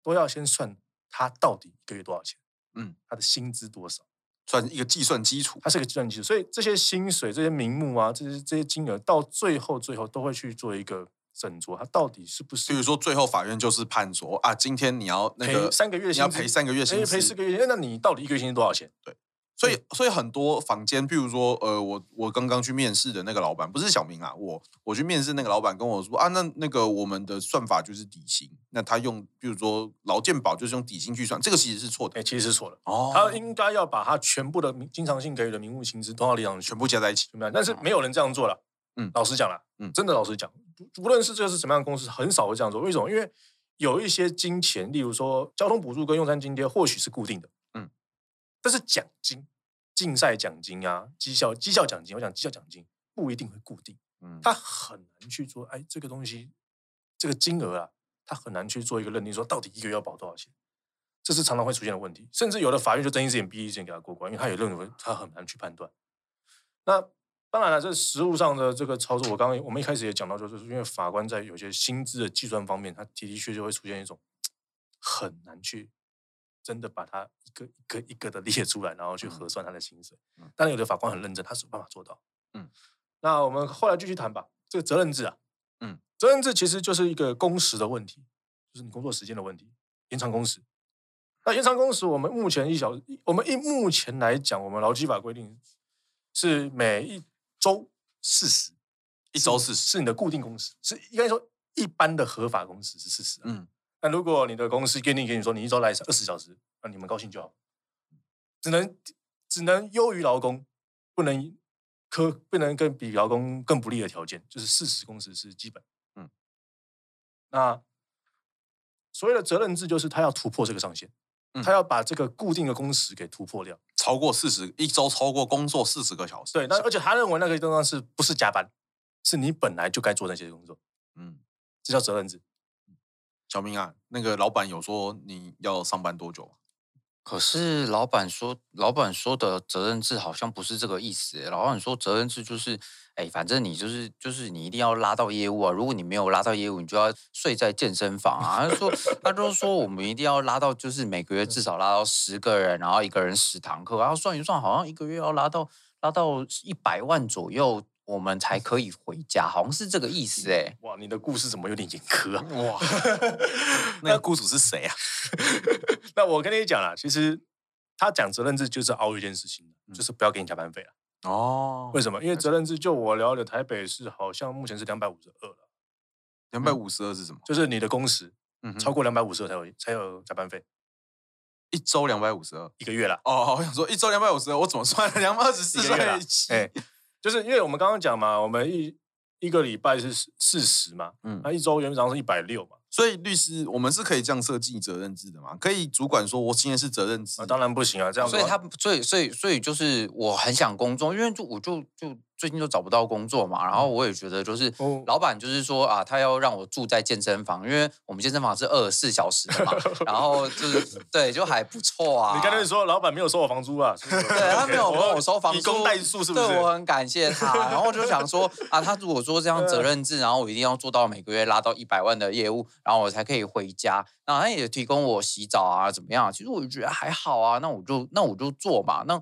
Speaker 1: 都要先算他到底一个月多少钱，
Speaker 3: 嗯
Speaker 1: 嗯，他的薪资多少。
Speaker 3: 算一个计算基础。
Speaker 1: 它是个计算机，所以这些薪水、这些名目啊，这些这些金额，到最后最后都会去做一个斟酌，它到底是不是
Speaker 3: 比如说，最后法院就是判说啊，今天你要那
Speaker 1: 赔
Speaker 3: 个
Speaker 1: 三个月的
Speaker 3: 你要
Speaker 1: 薪资，
Speaker 3: 赔三个月薪
Speaker 1: 哎
Speaker 3: 资，
Speaker 1: 赔四个月，哎那你到底一个月薪资多少钱？
Speaker 3: 所以所以很多坊间，譬如说，呃，我我刚刚去面试的那个老板，不是小明啊，我我去面试那个老板跟我说啊，那那个我们的算法就是底薪，那他用比如说劳健保就是用底薪去算，这个其实是错的
Speaker 1: 哎，其实是错了，
Speaker 3: 哦
Speaker 1: 他应该要把他全部的名经常性给予的名目薪资都要列上去，
Speaker 3: 全部加在一起，
Speaker 1: 怎么样？但是没有人这样做了。
Speaker 3: 嗯
Speaker 1: 老实讲了，
Speaker 3: 嗯
Speaker 1: 真的老实讲，无无论是这个是什么样的公司，很少会这样做。为什么？因为有一些金钱，例如说交通补助跟用餐津贴，或许是固定的，
Speaker 3: 嗯
Speaker 1: 嗯，但是奖金、竞赛奖金啊、绩效绩效奖金，我讲绩效奖金不一定会固定，
Speaker 3: 嗯，
Speaker 1: 他很难去做。哎，这个东西，这个金额啊，他很难去做一个认定，说到底一个月要保多少钱。这是常常会出现的问题，甚至有的法院就睁一只眼闭一只眼给他过关，因为他也认为他很难去判断。那当然了，这实务上的这个操作，我刚刚我们一开始也讲到，就是因为法官在有些薪资的计算方面，他的的确确会出现一种很难去真的把它一个一个一个的列出来，然后去核算他的薪水。
Speaker 3: 嗯
Speaker 1: 当然，有的法官很认真，他是有办法做到。
Speaker 3: 嗯，
Speaker 1: 那我们后来继续谈吧，这个责任制啊，
Speaker 3: 嗯，
Speaker 1: 责任制其实就是一个工时的问题，就是你工作时间的问题，延长工时。那延长工时，我们目前一小，一我们一目前来讲，我们劳基法规定是每一周四十，
Speaker 3: 一周四十，
Speaker 1: 是你的固定工时，是应该说一般的合法工时是四十、啊。
Speaker 3: 嗯，
Speaker 1: 那如果你的公司规定给你说你一周来二十小时，那你们高兴就好。只能只能优于劳工，不能苛，不能更比劳工更不利的条件，就是事实工时是基本。
Speaker 3: 嗯，
Speaker 1: 那所谓的责任制就是他要突破这个上限，
Speaker 3: 嗯
Speaker 1: 他要把这个固定的工时给突破掉。
Speaker 3: 超过四十一周，超过工作四十个小时。
Speaker 1: 对，那而且他认为那个地方是不是加班，是你本来就该做那些工作，
Speaker 3: 嗯，
Speaker 1: 这叫责任制。
Speaker 3: 小明啊，那个老板有说你要上班多久吗？
Speaker 2: 可是老板说，老板说的责任制好像不是这个意思欸。老板说责任制就是，哎，反正你就是就是你一定要拉到业务啊。如果你没有拉到业务，你就要睡在健身房啊。他就说他就说我们一定要拉到，就是每个月至少拉到十个人，然后一个人十堂课，然后算一算，好像一个月要拉到拉到一百万左右，我们才可以回家，好像是这个意思哎。
Speaker 1: 哇，你的故事怎么有点严苛啊？
Speaker 3: [LAUGHS] 哇，
Speaker 1: [LAUGHS]
Speaker 3: 那欸个雇主是谁啊？
Speaker 1: 那我跟你讲啦，其实他讲责任制就是凹一件事情，
Speaker 3: 嗯
Speaker 1: 就是不要给你加班费了。啊
Speaker 3: 哦
Speaker 1: 为，什么？因为责任制，就我了解，台北市好像目前是两百五十二了，嗯
Speaker 3: 两百五十二是什么？
Speaker 1: 就是你的工时
Speaker 3: 嗯哼，
Speaker 1: 超过两百五十二才有才有加班费，
Speaker 3: 一周两百五十二。
Speaker 1: 一个月啦。
Speaker 3: 哦， [LAUGHS] 我想说一周两百五十二，我怎么算？两百二十四
Speaker 1: 一个月啦
Speaker 3: 算一起。
Speaker 1: 哎，就是因为我们刚刚讲嘛，我们一一个礼拜是四十嘛，
Speaker 3: 嗯
Speaker 1: 那一周原则上是一百六嘛，
Speaker 3: [LAUGHS] 所以律师，我们是可以这样设计责任制的嘛？可以主管说，我今天是责任制
Speaker 1: 啊，，当然不行啊，这样
Speaker 2: 嗯哦所以
Speaker 1: 子
Speaker 2: 他所以所以所以就是我很想工作，因为就我就就最近就找不到工作嘛，然后我也觉得就是
Speaker 1: 嗯哦
Speaker 2: 老板就是说啊，他要让我住在健身房，因为我们健身房是二十四小时的嘛，然后就是对就还不错啊。
Speaker 1: 你刚才说老板没有收我房租啊？对
Speaker 2: [LAUGHS]
Speaker 3: [LAUGHS]
Speaker 2: 对他没有跟我收房租，
Speaker 1: 以工代数是不是？
Speaker 2: 对我很感谢他。然后我就想说啊，他如果说这样
Speaker 3: 嗯
Speaker 2: 责任制，然后我一定要做到每个月拉到一百万的业务，然后我才可以回家。那他也提供我洗澡啊，怎么样？其实我就觉得还好啊，那我就那我就做嘛。那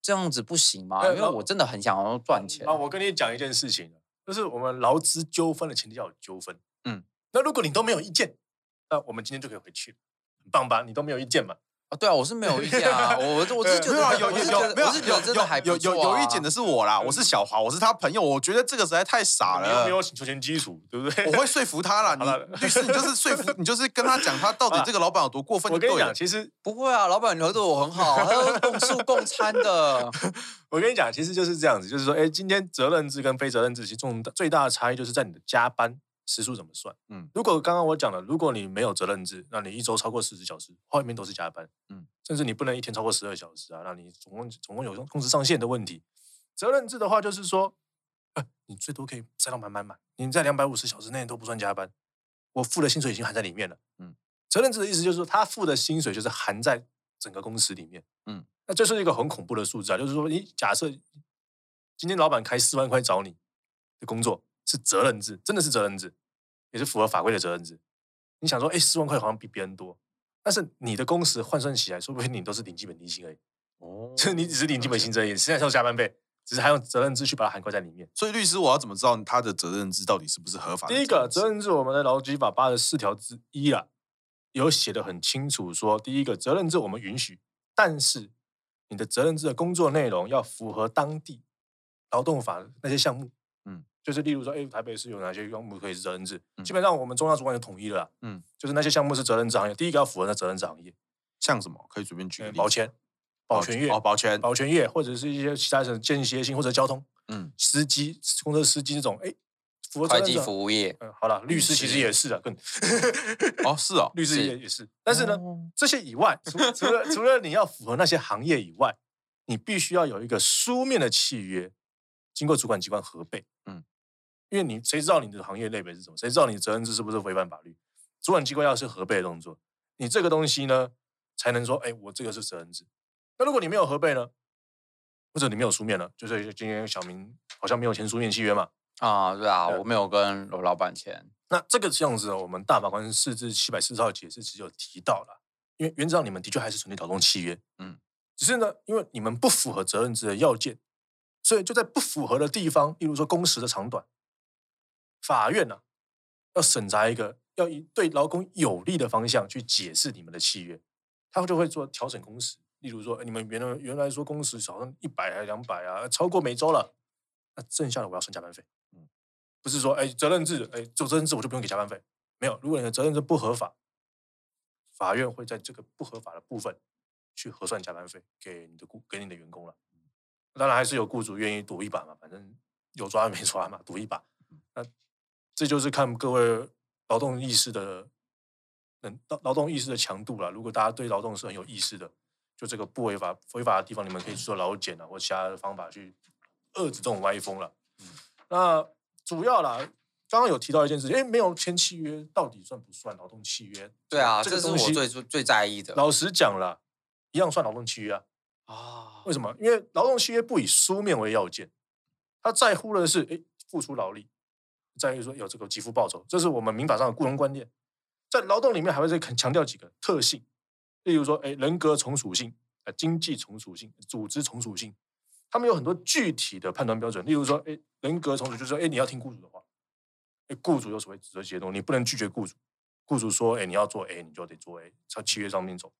Speaker 2: 这样子不行吗？
Speaker 1: 哎
Speaker 2: 因为
Speaker 1: 老
Speaker 2: 我真的很想要赚钱
Speaker 1: 啊，。我跟你讲一件事情，就是我们劳资纠纷的前提要有纠纷。
Speaker 3: 嗯，
Speaker 1: 那如果你都没有意见，那我们今天就可以回去了，很棒吧？你都没有意见嘛？
Speaker 2: 啊对啊，我是没有意见啊，我我我是觉得
Speaker 3: 没有啊有
Speaker 1: [LAUGHS]
Speaker 2: 我是
Speaker 3: 有
Speaker 2: 觉
Speaker 3: 有没
Speaker 2: 得
Speaker 3: 有
Speaker 2: 我是觉得真的还
Speaker 3: 有有
Speaker 2: 不错
Speaker 3: 有有
Speaker 2: 啊
Speaker 3: 意见的是我啦，我是小华，我是他朋友，我觉得这个实在太傻
Speaker 1: 你又嗯没
Speaker 3: 了。
Speaker 1: 有求钱基础，对不对？
Speaker 3: 我会说服他啦，
Speaker 1: [LAUGHS] 好了
Speaker 3: 你律师，你就是说
Speaker 1: [LAUGHS]
Speaker 3: 服，你就是跟他讲他到底这个老板有多过分。
Speaker 1: 我跟你
Speaker 3: 对了
Speaker 1: 讲，，其实
Speaker 2: 不会啊，老板你合作我很好，他都是共宿共餐
Speaker 3: [LAUGHS]
Speaker 2: 的。
Speaker 1: 我跟你讲，其实就是这样子，就是说，哎，今天责任制跟非责任制其实重大最大的差异就是在你的加班时数怎么算。
Speaker 3: 嗯
Speaker 1: 嗯，如果刚刚我讲了，如果你没有责任制，那你一周超过四十小时，后面都是加班。
Speaker 3: 嗯
Speaker 1: 嗯，甚至你不能一天超过十二小时啊，那你总共总共有工时上限的问题。责任制的话，就是说，呃，你最多可以塞到满满满，你在两百五十小时内都不算加班，我付的薪水已经含在里面了。
Speaker 3: 嗯
Speaker 1: 嗯，责任制的意思就是说，他付的薪水就是含在整个工时里面。
Speaker 3: 嗯
Speaker 1: 嗯，那这是一个很恐怖的数字啊，就是说，你假设今天老板开四万块找你的工作是责任制，真的是责任制，也是符合法规的责任制。你想说，哎，四万块好像比别人多，但是你的工时换算起来，说不定你都是领基本低薪而已，
Speaker 3: 哦
Speaker 1: 就是 [LAUGHS] 你只是领基本薪资而已，实际上是有加班费，只是还用责任制去把它涵盖在里面。
Speaker 3: 所以律师，我要怎么知道他的责任制到底是不是合法的
Speaker 1: 第
Speaker 3: 任
Speaker 1: 一
Speaker 3: 制？
Speaker 1: 个责任制，我们的劳基法八十四条之一啊，有写的很清楚说第一个责任制我们允许，但是你的责任制的工作内容要符合当地劳动法的那些项目。
Speaker 3: 嗯，
Speaker 1: 就是例如说，哎，台北市有哪些项目可以是责任制？
Speaker 3: 嗯
Speaker 1: 基本上我们中央主管就统一了啦。
Speaker 3: 嗯，
Speaker 1: 就是那些项目是责任制行业，第一个要符合那责任制行业，
Speaker 3: 像什么？可以随便举个
Speaker 1: 呃
Speaker 3: 例子。
Speaker 1: 保全、保全业、
Speaker 3: 哦，保全，
Speaker 1: 保全业，或者是一些其他什么间歇性或者交通
Speaker 3: 嗯，
Speaker 1: 司机、公车司机这种，哎，符合责
Speaker 2: 会
Speaker 1: 任
Speaker 2: 计
Speaker 1: 制。
Speaker 2: 服务业，
Speaker 1: 嗯，好了，律师其
Speaker 2: 师
Speaker 1: 实也是的，更 [LAUGHS]
Speaker 3: 哦，是哦，
Speaker 1: 律师
Speaker 2: 是
Speaker 1: 也也是，但是呢，
Speaker 3: 哦
Speaker 1: 这些以外，除除了除了你要符合那些行业以外，你必须要有一个书面的契约，经过主管机关核备。
Speaker 3: 嗯
Speaker 1: 嗯，因为你谁知道你的行业类别是什么？谁知道你的责任制是不是违反法律？主管机关要是核备的动作，你这个东西呢，才能说，哎，我这个是责任制。那如果你没有核备呢，或者你没有书面了，就是今天小明好像没有签书面契约嘛，
Speaker 2: 啊，对啊，
Speaker 1: 对
Speaker 2: 我没有跟我老板签。
Speaker 1: 那这个样子呢，我们大法官四至七百四十号解释其实有提到了，因为原则上你们的确还是成立劳动契约，
Speaker 3: 嗯
Speaker 1: 嗯，只是呢，因为你们不符合责任制的要件，所以就在不符合的地方，例如说工时的长短，法院呢、啊、要审查一个要以对劳工有利的方向去解释你们的契约，他就会做调整工时，例如说哎你们原来原来说工时好像一百还两百啊，超过每周了，那剩下的我要算加班费。不是说哎责任制，哎做责任制我就不用给加班费，没有。如果你的责任制不合法，法院会在这个不合法的部分去核算加班费给你的雇给你的员工了。嗯当然还是有雇主愿意赌一把嘛，反正有抓没抓嘛，赌一把。
Speaker 2: 嗯
Speaker 1: 那这就是看各位劳动意识的能劳劳动意识的强度了。如果大家对劳动是很有意识的，就这个不违法违法的地方，你们可以去做劳检啊，或其他的方法去遏制这种歪风了。
Speaker 2: 嗯
Speaker 1: 那主要啦，刚刚有提到一件事情，哎，没有签契约到底算不算劳动契约？
Speaker 2: 对啊，这
Speaker 1: 个
Speaker 2: 是
Speaker 1: 东
Speaker 2: 我
Speaker 1: 西
Speaker 2: 最最最在意的
Speaker 1: 老实讲啦，一样算劳动契约啊。
Speaker 2: 啊
Speaker 1: 为什么？因为劳动契约不以书面为要件，他在乎的是诶付出劳力，在于说有这个给付报酬，这是我们民法上的雇佣观念。在劳动里面还会再强调几个特性，例如说诶人格从属性、呃经济从属性、组织从属性，他们有很多具体的判断标准。例如说诶人格从属就是说诶你要听雇主的话，诶雇主有所谓指责协同，你不能拒绝雇主。雇主说诶你要做 A 你就得做 A，朝契约上面走。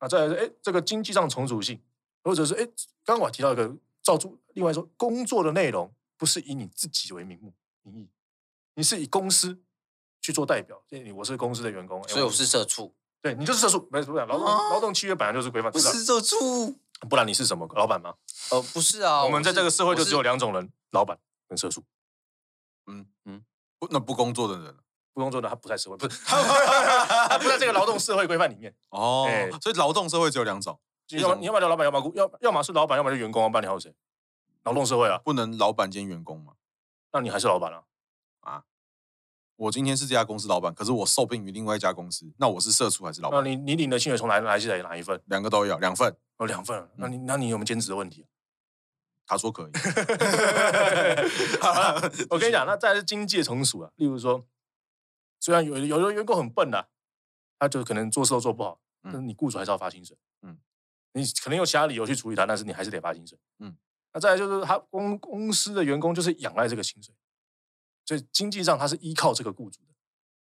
Speaker 1: 那再来是诶这个经济上从属性。或者是哎，诶刚刚我提到一个照住，另外说工作的内容不是以你自己为名目名义，你是以公司去做代表，所以你我是公司的员工，诶
Speaker 2: 所以我是社畜，
Speaker 1: 对你就是社畜，没错，劳动
Speaker 2: 啊
Speaker 1: 劳动契约本来就是规范，
Speaker 2: 不
Speaker 1: 知道
Speaker 2: 是社畜，
Speaker 1: 不然你是什么老板吗？
Speaker 2: 呃，不是啊，
Speaker 1: 我们在
Speaker 2: 是
Speaker 1: 这个社会
Speaker 2: 我
Speaker 1: 就是只有两种人，老板跟社畜。
Speaker 3: 嗯
Speaker 1: 嗯
Speaker 3: 不那不工作的人
Speaker 1: 不工作的他不在社会，不是
Speaker 2: [LAUGHS]
Speaker 1: 他不在这个劳动社会规范里面。
Speaker 3: 哦
Speaker 1: 哎
Speaker 3: 所以劳动社会只有两种，
Speaker 1: 你要你要么就老板，要么雇要要么是老板，要么就员工啊，不然你还有谁？劳动社会啊，
Speaker 3: 不能老板兼员工嘛。
Speaker 1: 那你还是老板啊。
Speaker 3: 我今天是这家公司老板，可是我受聘于另外一家公司，那我是社畜还是老
Speaker 1: 那
Speaker 3: 板？
Speaker 1: 你你领的薪水从哪哪一哪哪一份？
Speaker 3: 两个都要，两份。
Speaker 1: 有两份，那你那你有没有兼职的问题？
Speaker 3: 他说
Speaker 1: [LAUGHS]
Speaker 3: 可以，
Speaker 1: 好啦 [LAUGHS] 我跟你讲，那再来是经济的从属啊，例如说，虽然有有的员工很笨啊，他就可能做事都做不好，但
Speaker 3: 嗯
Speaker 1: 是你雇主还是要发薪水，
Speaker 3: 嗯
Speaker 1: 嗯，你可能有其他理由去处理他，但是你还是得发薪水，
Speaker 3: 嗯
Speaker 1: 嗯。那再来就是他公公司的员工就是仰赖这个薪水，所以经济上他是依靠这个雇主的，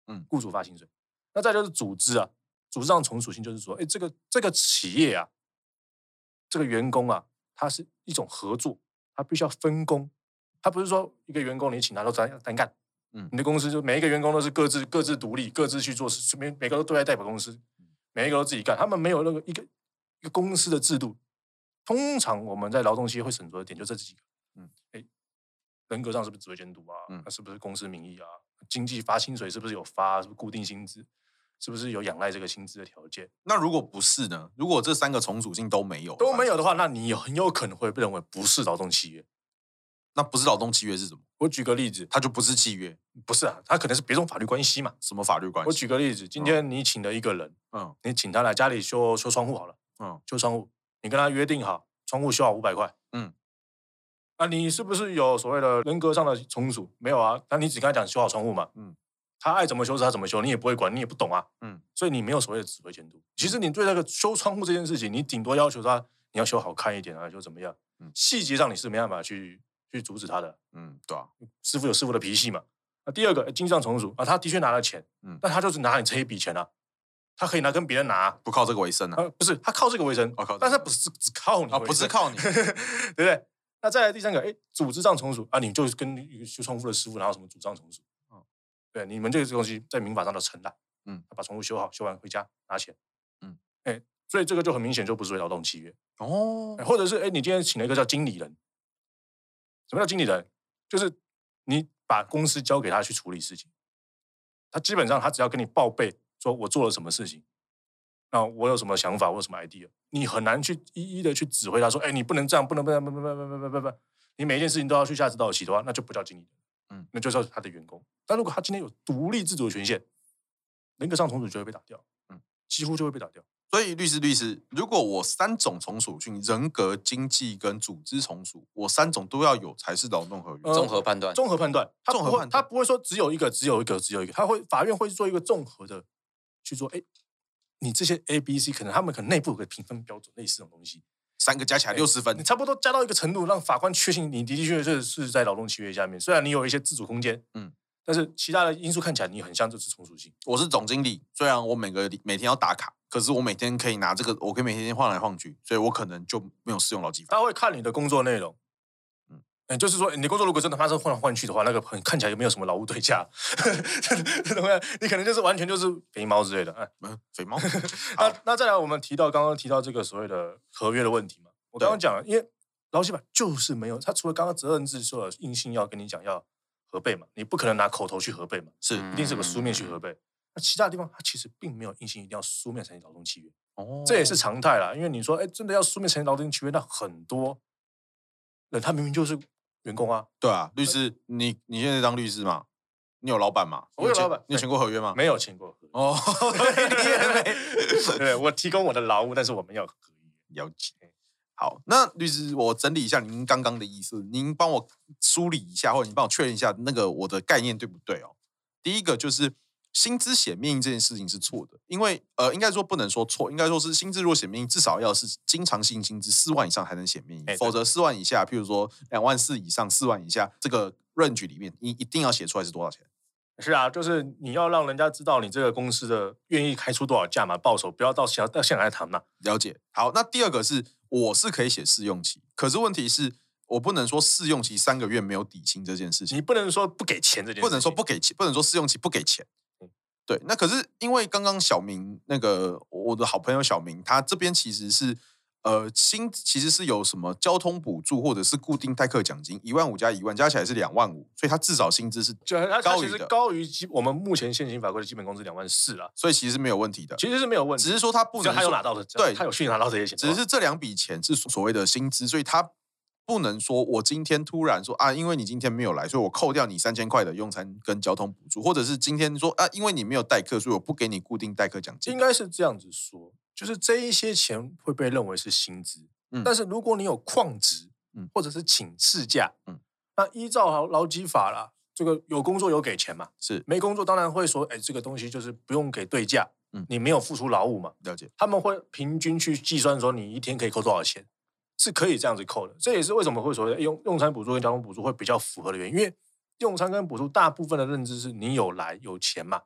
Speaker 3: 嗯
Speaker 1: 嗯，雇主发薪水。那再就是组织啊，组织上从属性就是说，哎，这个这个企业啊，这个员工啊，他是一种合作，他必须要分工，他不是说一个员工你请他都单单干，
Speaker 3: 嗯
Speaker 1: 嗯，你的公司就每一个员工都是各自各自独立，各自去做事，每每个都对外代表公司，每一个都自己干，他们没有那个一个一个公司的制度。通常我们在劳动期会审核的点就这几个，
Speaker 3: 嗯
Speaker 1: 嗯，哎，人格上是不是职位监督啊？
Speaker 3: 嗯
Speaker 1: 那是不是公司名义啊？经济发薪水是不是有发？是不是固定薪资？是不是有仰赖这个薪资的条件？
Speaker 3: 那如果不是呢？如果这三个从属性都没有，
Speaker 1: 都没有，的话，那你有很有可能会被认为不是劳动契约。
Speaker 3: 那不是劳动契约是什么？
Speaker 1: 我举个例子，
Speaker 3: 它就不是契约，
Speaker 1: 不是啊，他可能是别种法律关系嘛。
Speaker 3: 什么法律关
Speaker 1: 我
Speaker 3: 系？
Speaker 1: 举个例子，今天你请了一个人，
Speaker 3: 嗯
Speaker 1: 你请他来家里修修窗户好了，
Speaker 3: 嗯，
Speaker 1: 修窗户，你跟他约定好，窗户修好五百块，
Speaker 3: 嗯，
Speaker 1: 啊，你是不是有所谓的人格上的从属？没有啊，那你只跟他讲修好窗户嘛，
Speaker 3: 嗯
Speaker 1: 嗯，他爱怎么修是他怎么修，你也不会管，你也不懂啊，
Speaker 3: 嗯
Speaker 1: 嗯，所以你没有所谓的指挥监督。其实你对那个修窗户这件事情，你顶多要求他你要修好看一点啊，就怎么样
Speaker 3: 嗯，
Speaker 1: 细节上你是没办法去去阻止他的，
Speaker 3: 嗯，对啊，
Speaker 1: 师傅有师傅的脾气嘛。那第二个，经济上从属啊，他的确拿了钱，
Speaker 3: 嗯
Speaker 1: 嗯，但他就是拿你这一笔钱啊，他可以拿跟别人拿啊，
Speaker 3: 不靠这个为生啊，
Speaker 1: 呃，不是他靠这个为生
Speaker 3: 哦靠这个，
Speaker 1: 但是他不是只靠你
Speaker 3: 啊，
Speaker 1: 为
Speaker 3: 不是
Speaker 1: 生，，
Speaker 3: 靠
Speaker 1: [LAUGHS]
Speaker 3: 你
Speaker 1: 对不对？那再来第三个，哎，组织上从属啊，你就跟一个修窗户的师傅哪有什么主张从属？
Speaker 3: 嗯
Speaker 1: 对，你们这个东西在民法上的承揽，
Speaker 3: 嗯
Speaker 1: 嗯，把窗户修好，修完回家拿钱，
Speaker 3: 嗯
Speaker 1: 嗯，哎，所以这个就很明显就不是劳动契约，
Speaker 3: 哦
Speaker 1: 哎，或者是哎，你今天请了一个叫经理人，什么叫经理人？就是你把公司交给他去处理事情，他基本上他只要跟你报备，说我做了什么事情，那我有什么想法，我有什么 idea，你很难去一一的去指挥他说，哎，你不能这样，不能不能不能不能不能不能不能，你每一件事情都要去下指导棋的话，那就不叫经理人，
Speaker 3: 嗯
Speaker 1: 嗯，那就叫他的员工。但如果他今天有独立自主的权限，人格上重组就会被打掉，
Speaker 3: 嗯
Speaker 1: 嗯，几乎就会被打掉。
Speaker 3: 所以律师律师，如果我三种从属性，人格、经济跟组织从属，我三种都要有才是劳动合约。
Speaker 1: 呃
Speaker 2: 综合判断，
Speaker 1: 综合判断，他
Speaker 3: 综合
Speaker 1: 不会
Speaker 3: 判断
Speaker 1: 他不会说只有一个，只有一个，只有一个，他会法院会做一个综合的去做。哎，你这些 A、B、C 可能他们可能内部有个评分标准，类似这种东西，
Speaker 3: 三个加起来六十分
Speaker 1: 你，差不多加到一个程度，让法官确信你的的确确是在劳动契约下面。虽然你有一些自主空间，
Speaker 3: 嗯
Speaker 1: 嗯，但是其他的因素看起来你很像这是从属性。
Speaker 3: 我是总经理，虽然我每个每天要打卡，可是我每天可以拿这个，我可以每天换来换去，所以我可能就没有适用劳基法。
Speaker 1: 他会看你的工作内容，
Speaker 3: 嗯
Speaker 1: 嗯，也就是说，你的工作如果真的发生换来换去的话，那个很看起来也没有什么劳务对价， [LAUGHS]
Speaker 3: 嗯
Speaker 1: 这东西你可能就是完全就是肥猫之类的。哎，
Speaker 3: 嗯，肥猫，
Speaker 1: [LAUGHS]
Speaker 3: [LAUGHS] 啊
Speaker 1: 那那再来，我们提到刚刚提到这个所谓的合约的问题嘛，我刚刚讲了，因为劳基法就是没有，他除了刚刚责任制说有硬性要跟你讲要核备嘛，你不可能拿口头去核备嘛，
Speaker 3: 是
Speaker 2: 嗯
Speaker 1: 一定是有个书面去核备。那其他地方它其实并没有硬性一定要书面成立劳动契约，
Speaker 2: 哦
Speaker 1: 这也是常态啦。因为你说，哎，真的要书面成立劳动契约，那很多人他明明就是员工啊，
Speaker 3: 对啊，律师，你你现在当律师嘛？你有老板吗？
Speaker 1: 我有
Speaker 3: 签
Speaker 1: 老板
Speaker 3: 你有签过合约吗？
Speaker 1: 没有签过合约。 [LAUGHS]
Speaker 3: 哦， [LAUGHS] 你也啊没
Speaker 1: 对，我提供我的劳务，但是我们要合约。
Speaker 3: 了解。好，那律师，我整理一下您刚刚的意思，您帮我梳理一下，或者您帮我确认一下那个我的概念对不对哦？第一个就是薪资写命令这件事情是错的，因为呃，应该说不能说错，应该说是薪资如果写命令，至少要是经常性薪资四万以上才能写命
Speaker 1: 哎对
Speaker 3: 令，否则四万以下，譬如说两万四以上、四万以下这个 range 里面，你一定要写出来是多少钱。
Speaker 1: 是啊，就是你要让人家知道你这个公司的愿意开出多少价嘛，报酬不要到现到现在来谈嘛。
Speaker 3: 了解。好，那第二个是我是可以写试用期，可是问题是我不能说试用期三个月没有底薪这件事情，
Speaker 1: 你不能说不给钱这件事情，
Speaker 3: 不能说不给钱，不能说试用期不给钱
Speaker 1: 嗯。
Speaker 3: 对，那可是因为刚刚小明那个我的好朋友小明，他这边其实是呃薪其实是有什么交通补助或者是固定代课奖金一万五加一万加起来是两万五，所以他至少薪资是，
Speaker 1: 就它它
Speaker 3: 高
Speaker 1: 其
Speaker 3: 于
Speaker 1: 实
Speaker 3: 的
Speaker 1: 高于基我们目前现行法规的基本工资两万四啦，
Speaker 3: 所以其实没有问题的，
Speaker 1: 其实是没有问题，
Speaker 3: 只是说他不
Speaker 1: 只要
Speaker 3: 能
Speaker 1: 他有
Speaker 3: 说
Speaker 1: 拿到的，
Speaker 3: 对
Speaker 1: 他有去拿到这些钱的话，
Speaker 3: 只是这两笔钱是所谓的薪资，所以他不能说我今天突然说啊，因为你今天没有来，所以我扣掉你三千块的用餐跟交通补助，或者是今天说啊，因为你没有代课，所以我不给你固定代课奖金
Speaker 1: 应。该是这样子说，就是这一些钱会被认为是薪资，
Speaker 3: 嗯
Speaker 1: 但是如果你有旷职，
Speaker 3: 嗯
Speaker 1: 或者是请事假，
Speaker 3: 嗯
Speaker 1: 那依照劳劳基法啦，这个有工作有给钱嘛，
Speaker 3: 是
Speaker 1: 没工作当然会说，哎，这个东西就是不用给对价，
Speaker 3: 嗯
Speaker 1: 你没有付出劳务嘛，
Speaker 3: 了解，
Speaker 1: 他们会平均去计算说你一天可以扣多少钱，是可以这样子扣的。这也是为什么会所谓的用用餐补助跟交通补助会比较符合的原因，因为用餐跟补助大部分的认知是你有来有钱嘛，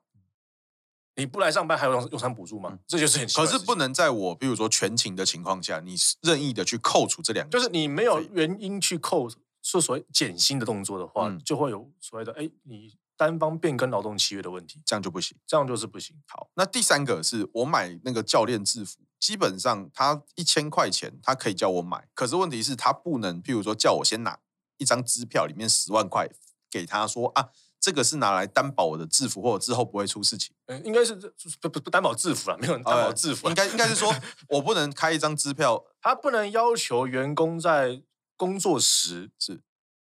Speaker 1: 你不来上班还有用用餐补助嘛，
Speaker 3: 嗯
Speaker 1: 这就是很奇怪
Speaker 3: 可
Speaker 1: 的事
Speaker 3: 是
Speaker 1: 情
Speaker 3: 不能在我比如说全勤的情况下，你任意的去扣除这两个，
Speaker 1: 就是你没有原因去扣是所谓减薪的动作的话，
Speaker 3: 嗯
Speaker 1: 就会有所谓的哎你单方变更劳动契约的问题，
Speaker 3: 这样就不行。
Speaker 1: 这样就是不行。
Speaker 3: 好，那第三个是我买那个教练制服，基本上他一千块钱，他可以叫我买，可是问题是，他不能，譬如说叫我先拿一张支票里面十万块给他说啊，这个是拿来担保我的制服，或者之后不会出事情。
Speaker 1: 嗯，应该是这不不不担保制服了，没有人担保
Speaker 3: 呃
Speaker 1: 制服啦、啊
Speaker 3: 应该应
Speaker 1: [LAUGHS]
Speaker 3: 该是说，我不能开一张支票，
Speaker 1: 他不能要求员工在工作时是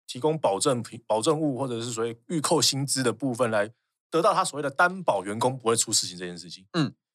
Speaker 1: 提供保证品、保证物或者是所谓预扣薪资的部分来得到他所谓的担保员工不会出事情这件事情。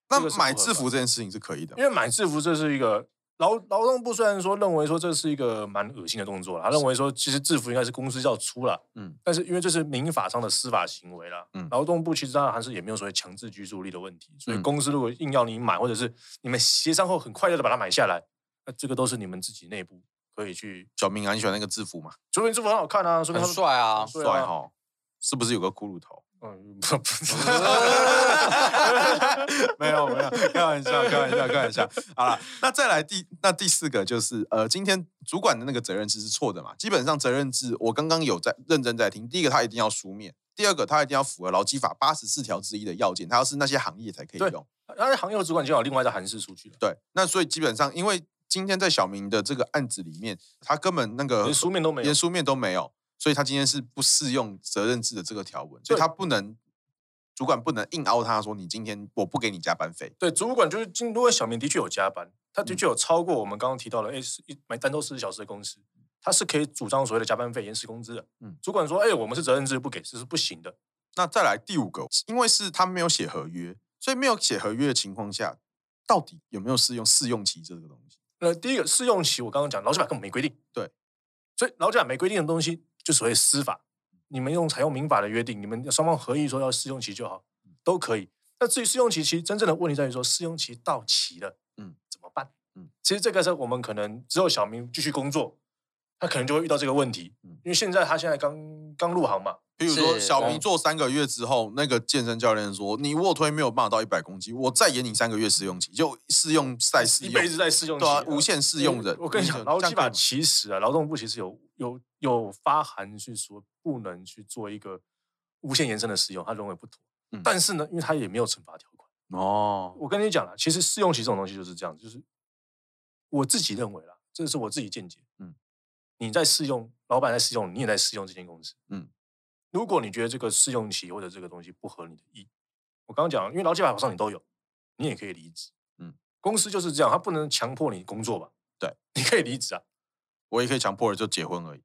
Speaker 3: 那
Speaker 1: 这个是
Speaker 3: 买
Speaker 1: 不合
Speaker 3: 制
Speaker 1: 法
Speaker 3: 服这件事情是可以的
Speaker 1: 因。为买制服这是一个劳劳动部虽然说认为说这是一个蛮恶心的动作啦，他认为说其实制服应该是公司要出啦，
Speaker 3: 嗯，
Speaker 1: 但是因为这是民法上的司法行为啦，
Speaker 3: 嗯
Speaker 1: 劳动部其实当然还是也没有所谓强制拘束力的问题，所以
Speaker 3: 嗯
Speaker 1: 公司如果硬要你买，或者是你们协商后很快乐的把它买下来，那这个都是你们自己内部可以去
Speaker 3: 小明啊，你喜欢那个制服吗？
Speaker 1: 除非制服很好看啊，说明
Speaker 2: 很
Speaker 1: 他们
Speaker 2: 帅啊，
Speaker 1: 对啊
Speaker 3: 帅哈，是不是有个骷髅头？
Speaker 1: 嗯，不不是， [LAUGHS]
Speaker 3: [LAUGHS] 没有没有，开玩笑，开玩笑，开玩笑。好了，那再来第那第四个就是呃，今天主管的那个责任制是错的嘛？基本上责任制我刚刚有在认真在听，第一个他一定要书面，第二个他一定要符合劳基法八十四条之一的要件，他要是那些行业才可以
Speaker 1: 对
Speaker 3: 用。
Speaker 1: 那行业主管就有另外一个函释出去了，
Speaker 3: 对，那所以基本上因为今天在小明的这个案子里面，他根本那个
Speaker 1: 连书面都没有
Speaker 3: 连。书面都没有，所以他今天是不适用责任制的这个条文，所
Speaker 1: 对
Speaker 3: 以他不能主管不能硬凹他说你今天我不给你加班费，
Speaker 1: 对，主管就是今，如果小明的确有加班，他的确有超过我们刚刚提到的，哎、是一买单周四十小时的工时，他是可以主张所谓的加班费、延迟工资的。
Speaker 3: 嗯
Speaker 1: 主管说，哎、我们是责任制，不给这是不行的。
Speaker 3: 那再来第五个，因为是他没有写合约，所以没有写合约的情况下，到底有没有适用试用期这个东西？
Speaker 1: 那呃第一个试用期，我刚刚讲劳基法根本没规定，
Speaker 3: 对，
Speaker 1: 所以劳基法没规定的东西就所谓司法，你们用采用民法的约定，你们双方合意说要试用期就好，
Speaker 3: 嗯
Speaker 1: 都可以。那至于试用期，其实真正的问题在于说试用期到期了，
Speaker 3: 嗯，
Speaker 1: 怎么办？
Speaker 3: 嗯，
Speaker 1: 其实这个时候我们可能只有小明继续工作，他可能就会遇到这个问题，
Speaker 3: 嗯
Speaker 1: 因为现在他现在刚刚入行嘛，
Speaker 3: 比如说
Speaker 2: 是
Speaker 3: 小明
Speaker 2: 嗯
Speaker 3: 做三个月之后，那个健身教练说你卧推没有办法到一百公斤，我再延你三个月试用期，就试用再试
Speaker 1: 一
Speaker 3: 用
Speaker 1: 辈，子在试用期
Speaker 3: 对啊
Speaker 1: 了，
Speaker 3: 啊，无限试用人。
Speaker 1: 我跟你讲，
Speaker 3: 然
Speaker 1: 劳
Speaker 3: 后
Speaker 1: 基法其实啊，劳动部其实有有有发函去说不能去做一个无限延伸的适用，他认为不妥。
Speaker 3: 嗯
Speaker 1: 但是呢，因为他也没有惩罚条款。
Speaker 3: 哦，
Speaker 1: 我跟你讲了，其实试用期这种东西就是这样，就是我自己认为啦，这是我自己见解。
Speaker 3: 嗯
Speaker 1: 嗯，你在试用，老板在试用，你也在试用这间公司。
Speaker 3: 嗯
Speaker 1: 嗯，如果你觉得这个试用期或者这个东西不合你的意，我刚刚讲了，因为劳基法上你都有，你也可以离职。
Speaker 3: 嗯
Speaker 1: 嗯，公司就是这样，他不能强迫你工作吧？
Speaker 3: 对，
Speaker 1: [LAUGHS] 你可以离职啊。
Speaker 3: 我也可以强迫人就结婚而已。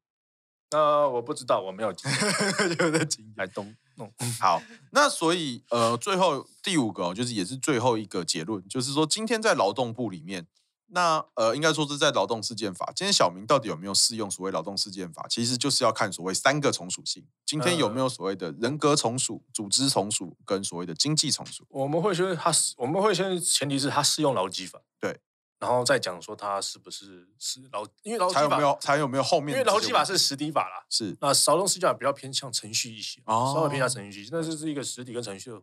Speaker 1: 那我不知道，我没有经验
Speaker 3: [LAUGHS] 有的经验
Speaker 1: 来东弄。
Speaker 3: 好，那所以呃，最后第五个、哦、就是也是最后一个结论，就是说今天在劳动部里面，那呃，应该说是在劳动事件法，今天小明到底有没有适用所谓劳动事件法，其实就是要看所谓三个从属性，今天有没
Speaker 1: 呃
Speaker 3: 有所谓的人格从属、组织从属跟所谓的经济从属。
Speaker 1: 我们会说他是，我们会先前提是他适用劳基法，
Speaker 3: 对，
Speaker 1: 然后再讲说他是不是是劳，因为劳基
Speaker 3: 才有
Speaker 1: 法
Speaker 3: 没有才有没有后
Speaker 1: 因
Speaker 3: 面
Speaker 1: 为
Speaker 3: 的这些
Speaker 1: 劳
Speaker 3: 问题？
Speaker 1: 基法是实体法啦，
Speaker 3: 是
Speaker 1: 那劳动事件法比较偏向程序一些，啊
Speaker 3: 哦
Speaker 1: 稍微偏向程序一些，那这是一个实体跟程序的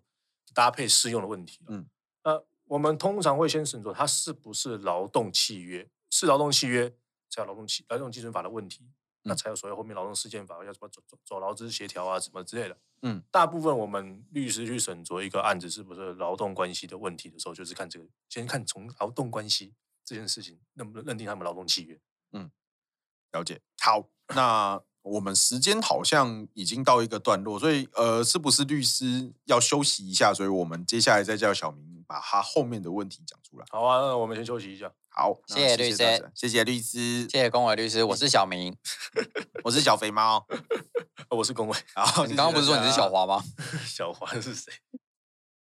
Speaker 1: 搭配适用的问题。
Speaker 3: 嗯
Speaker 1: 嗯，那我们通常会先审说它是不是劳动契约，是劳动契约才有劳动契劳动基准法的问题，那才有所谓后面劳动事件法要什么走走走劳资协调啊什么之类的。
Speaker 3: 嗯
Speaker 1: 嗯，大部分我们律师去审酌一个案子是不是劳动关系的问题的时候，就是看这个，先看从劳动关系这件事情认不认定他们劳动契约。
Speaker 3: 了解。好，那我们时间好像已经到一个段落，所以呃，是不是律师要休息一下？所以我们接下来再叫小明把他后面的问题讲出来。
Speaker 1: 好啊，那我们先休息一下。
Speaker 3: 好，那
Speaker 2: 谢谢律
Speaker 3: 大
Speaker 2: 师
Speaker 3: 家谢谢律师，
Speaker 2: 谢谢龚伟律师，我是小明。
Speaker 3: 我是小肥猫。
Speaker 1: 呃我是龚伟， [LAUGHS]
Speaker 2: [LAUGHS]
Speaker 3: 好，
Speaker 1: 啊
Speaker 2: 你刚刚不是说你是小
Speaker 3: 黄？
Speaker 2: 华吗？
Speaker 1: 小华是谁？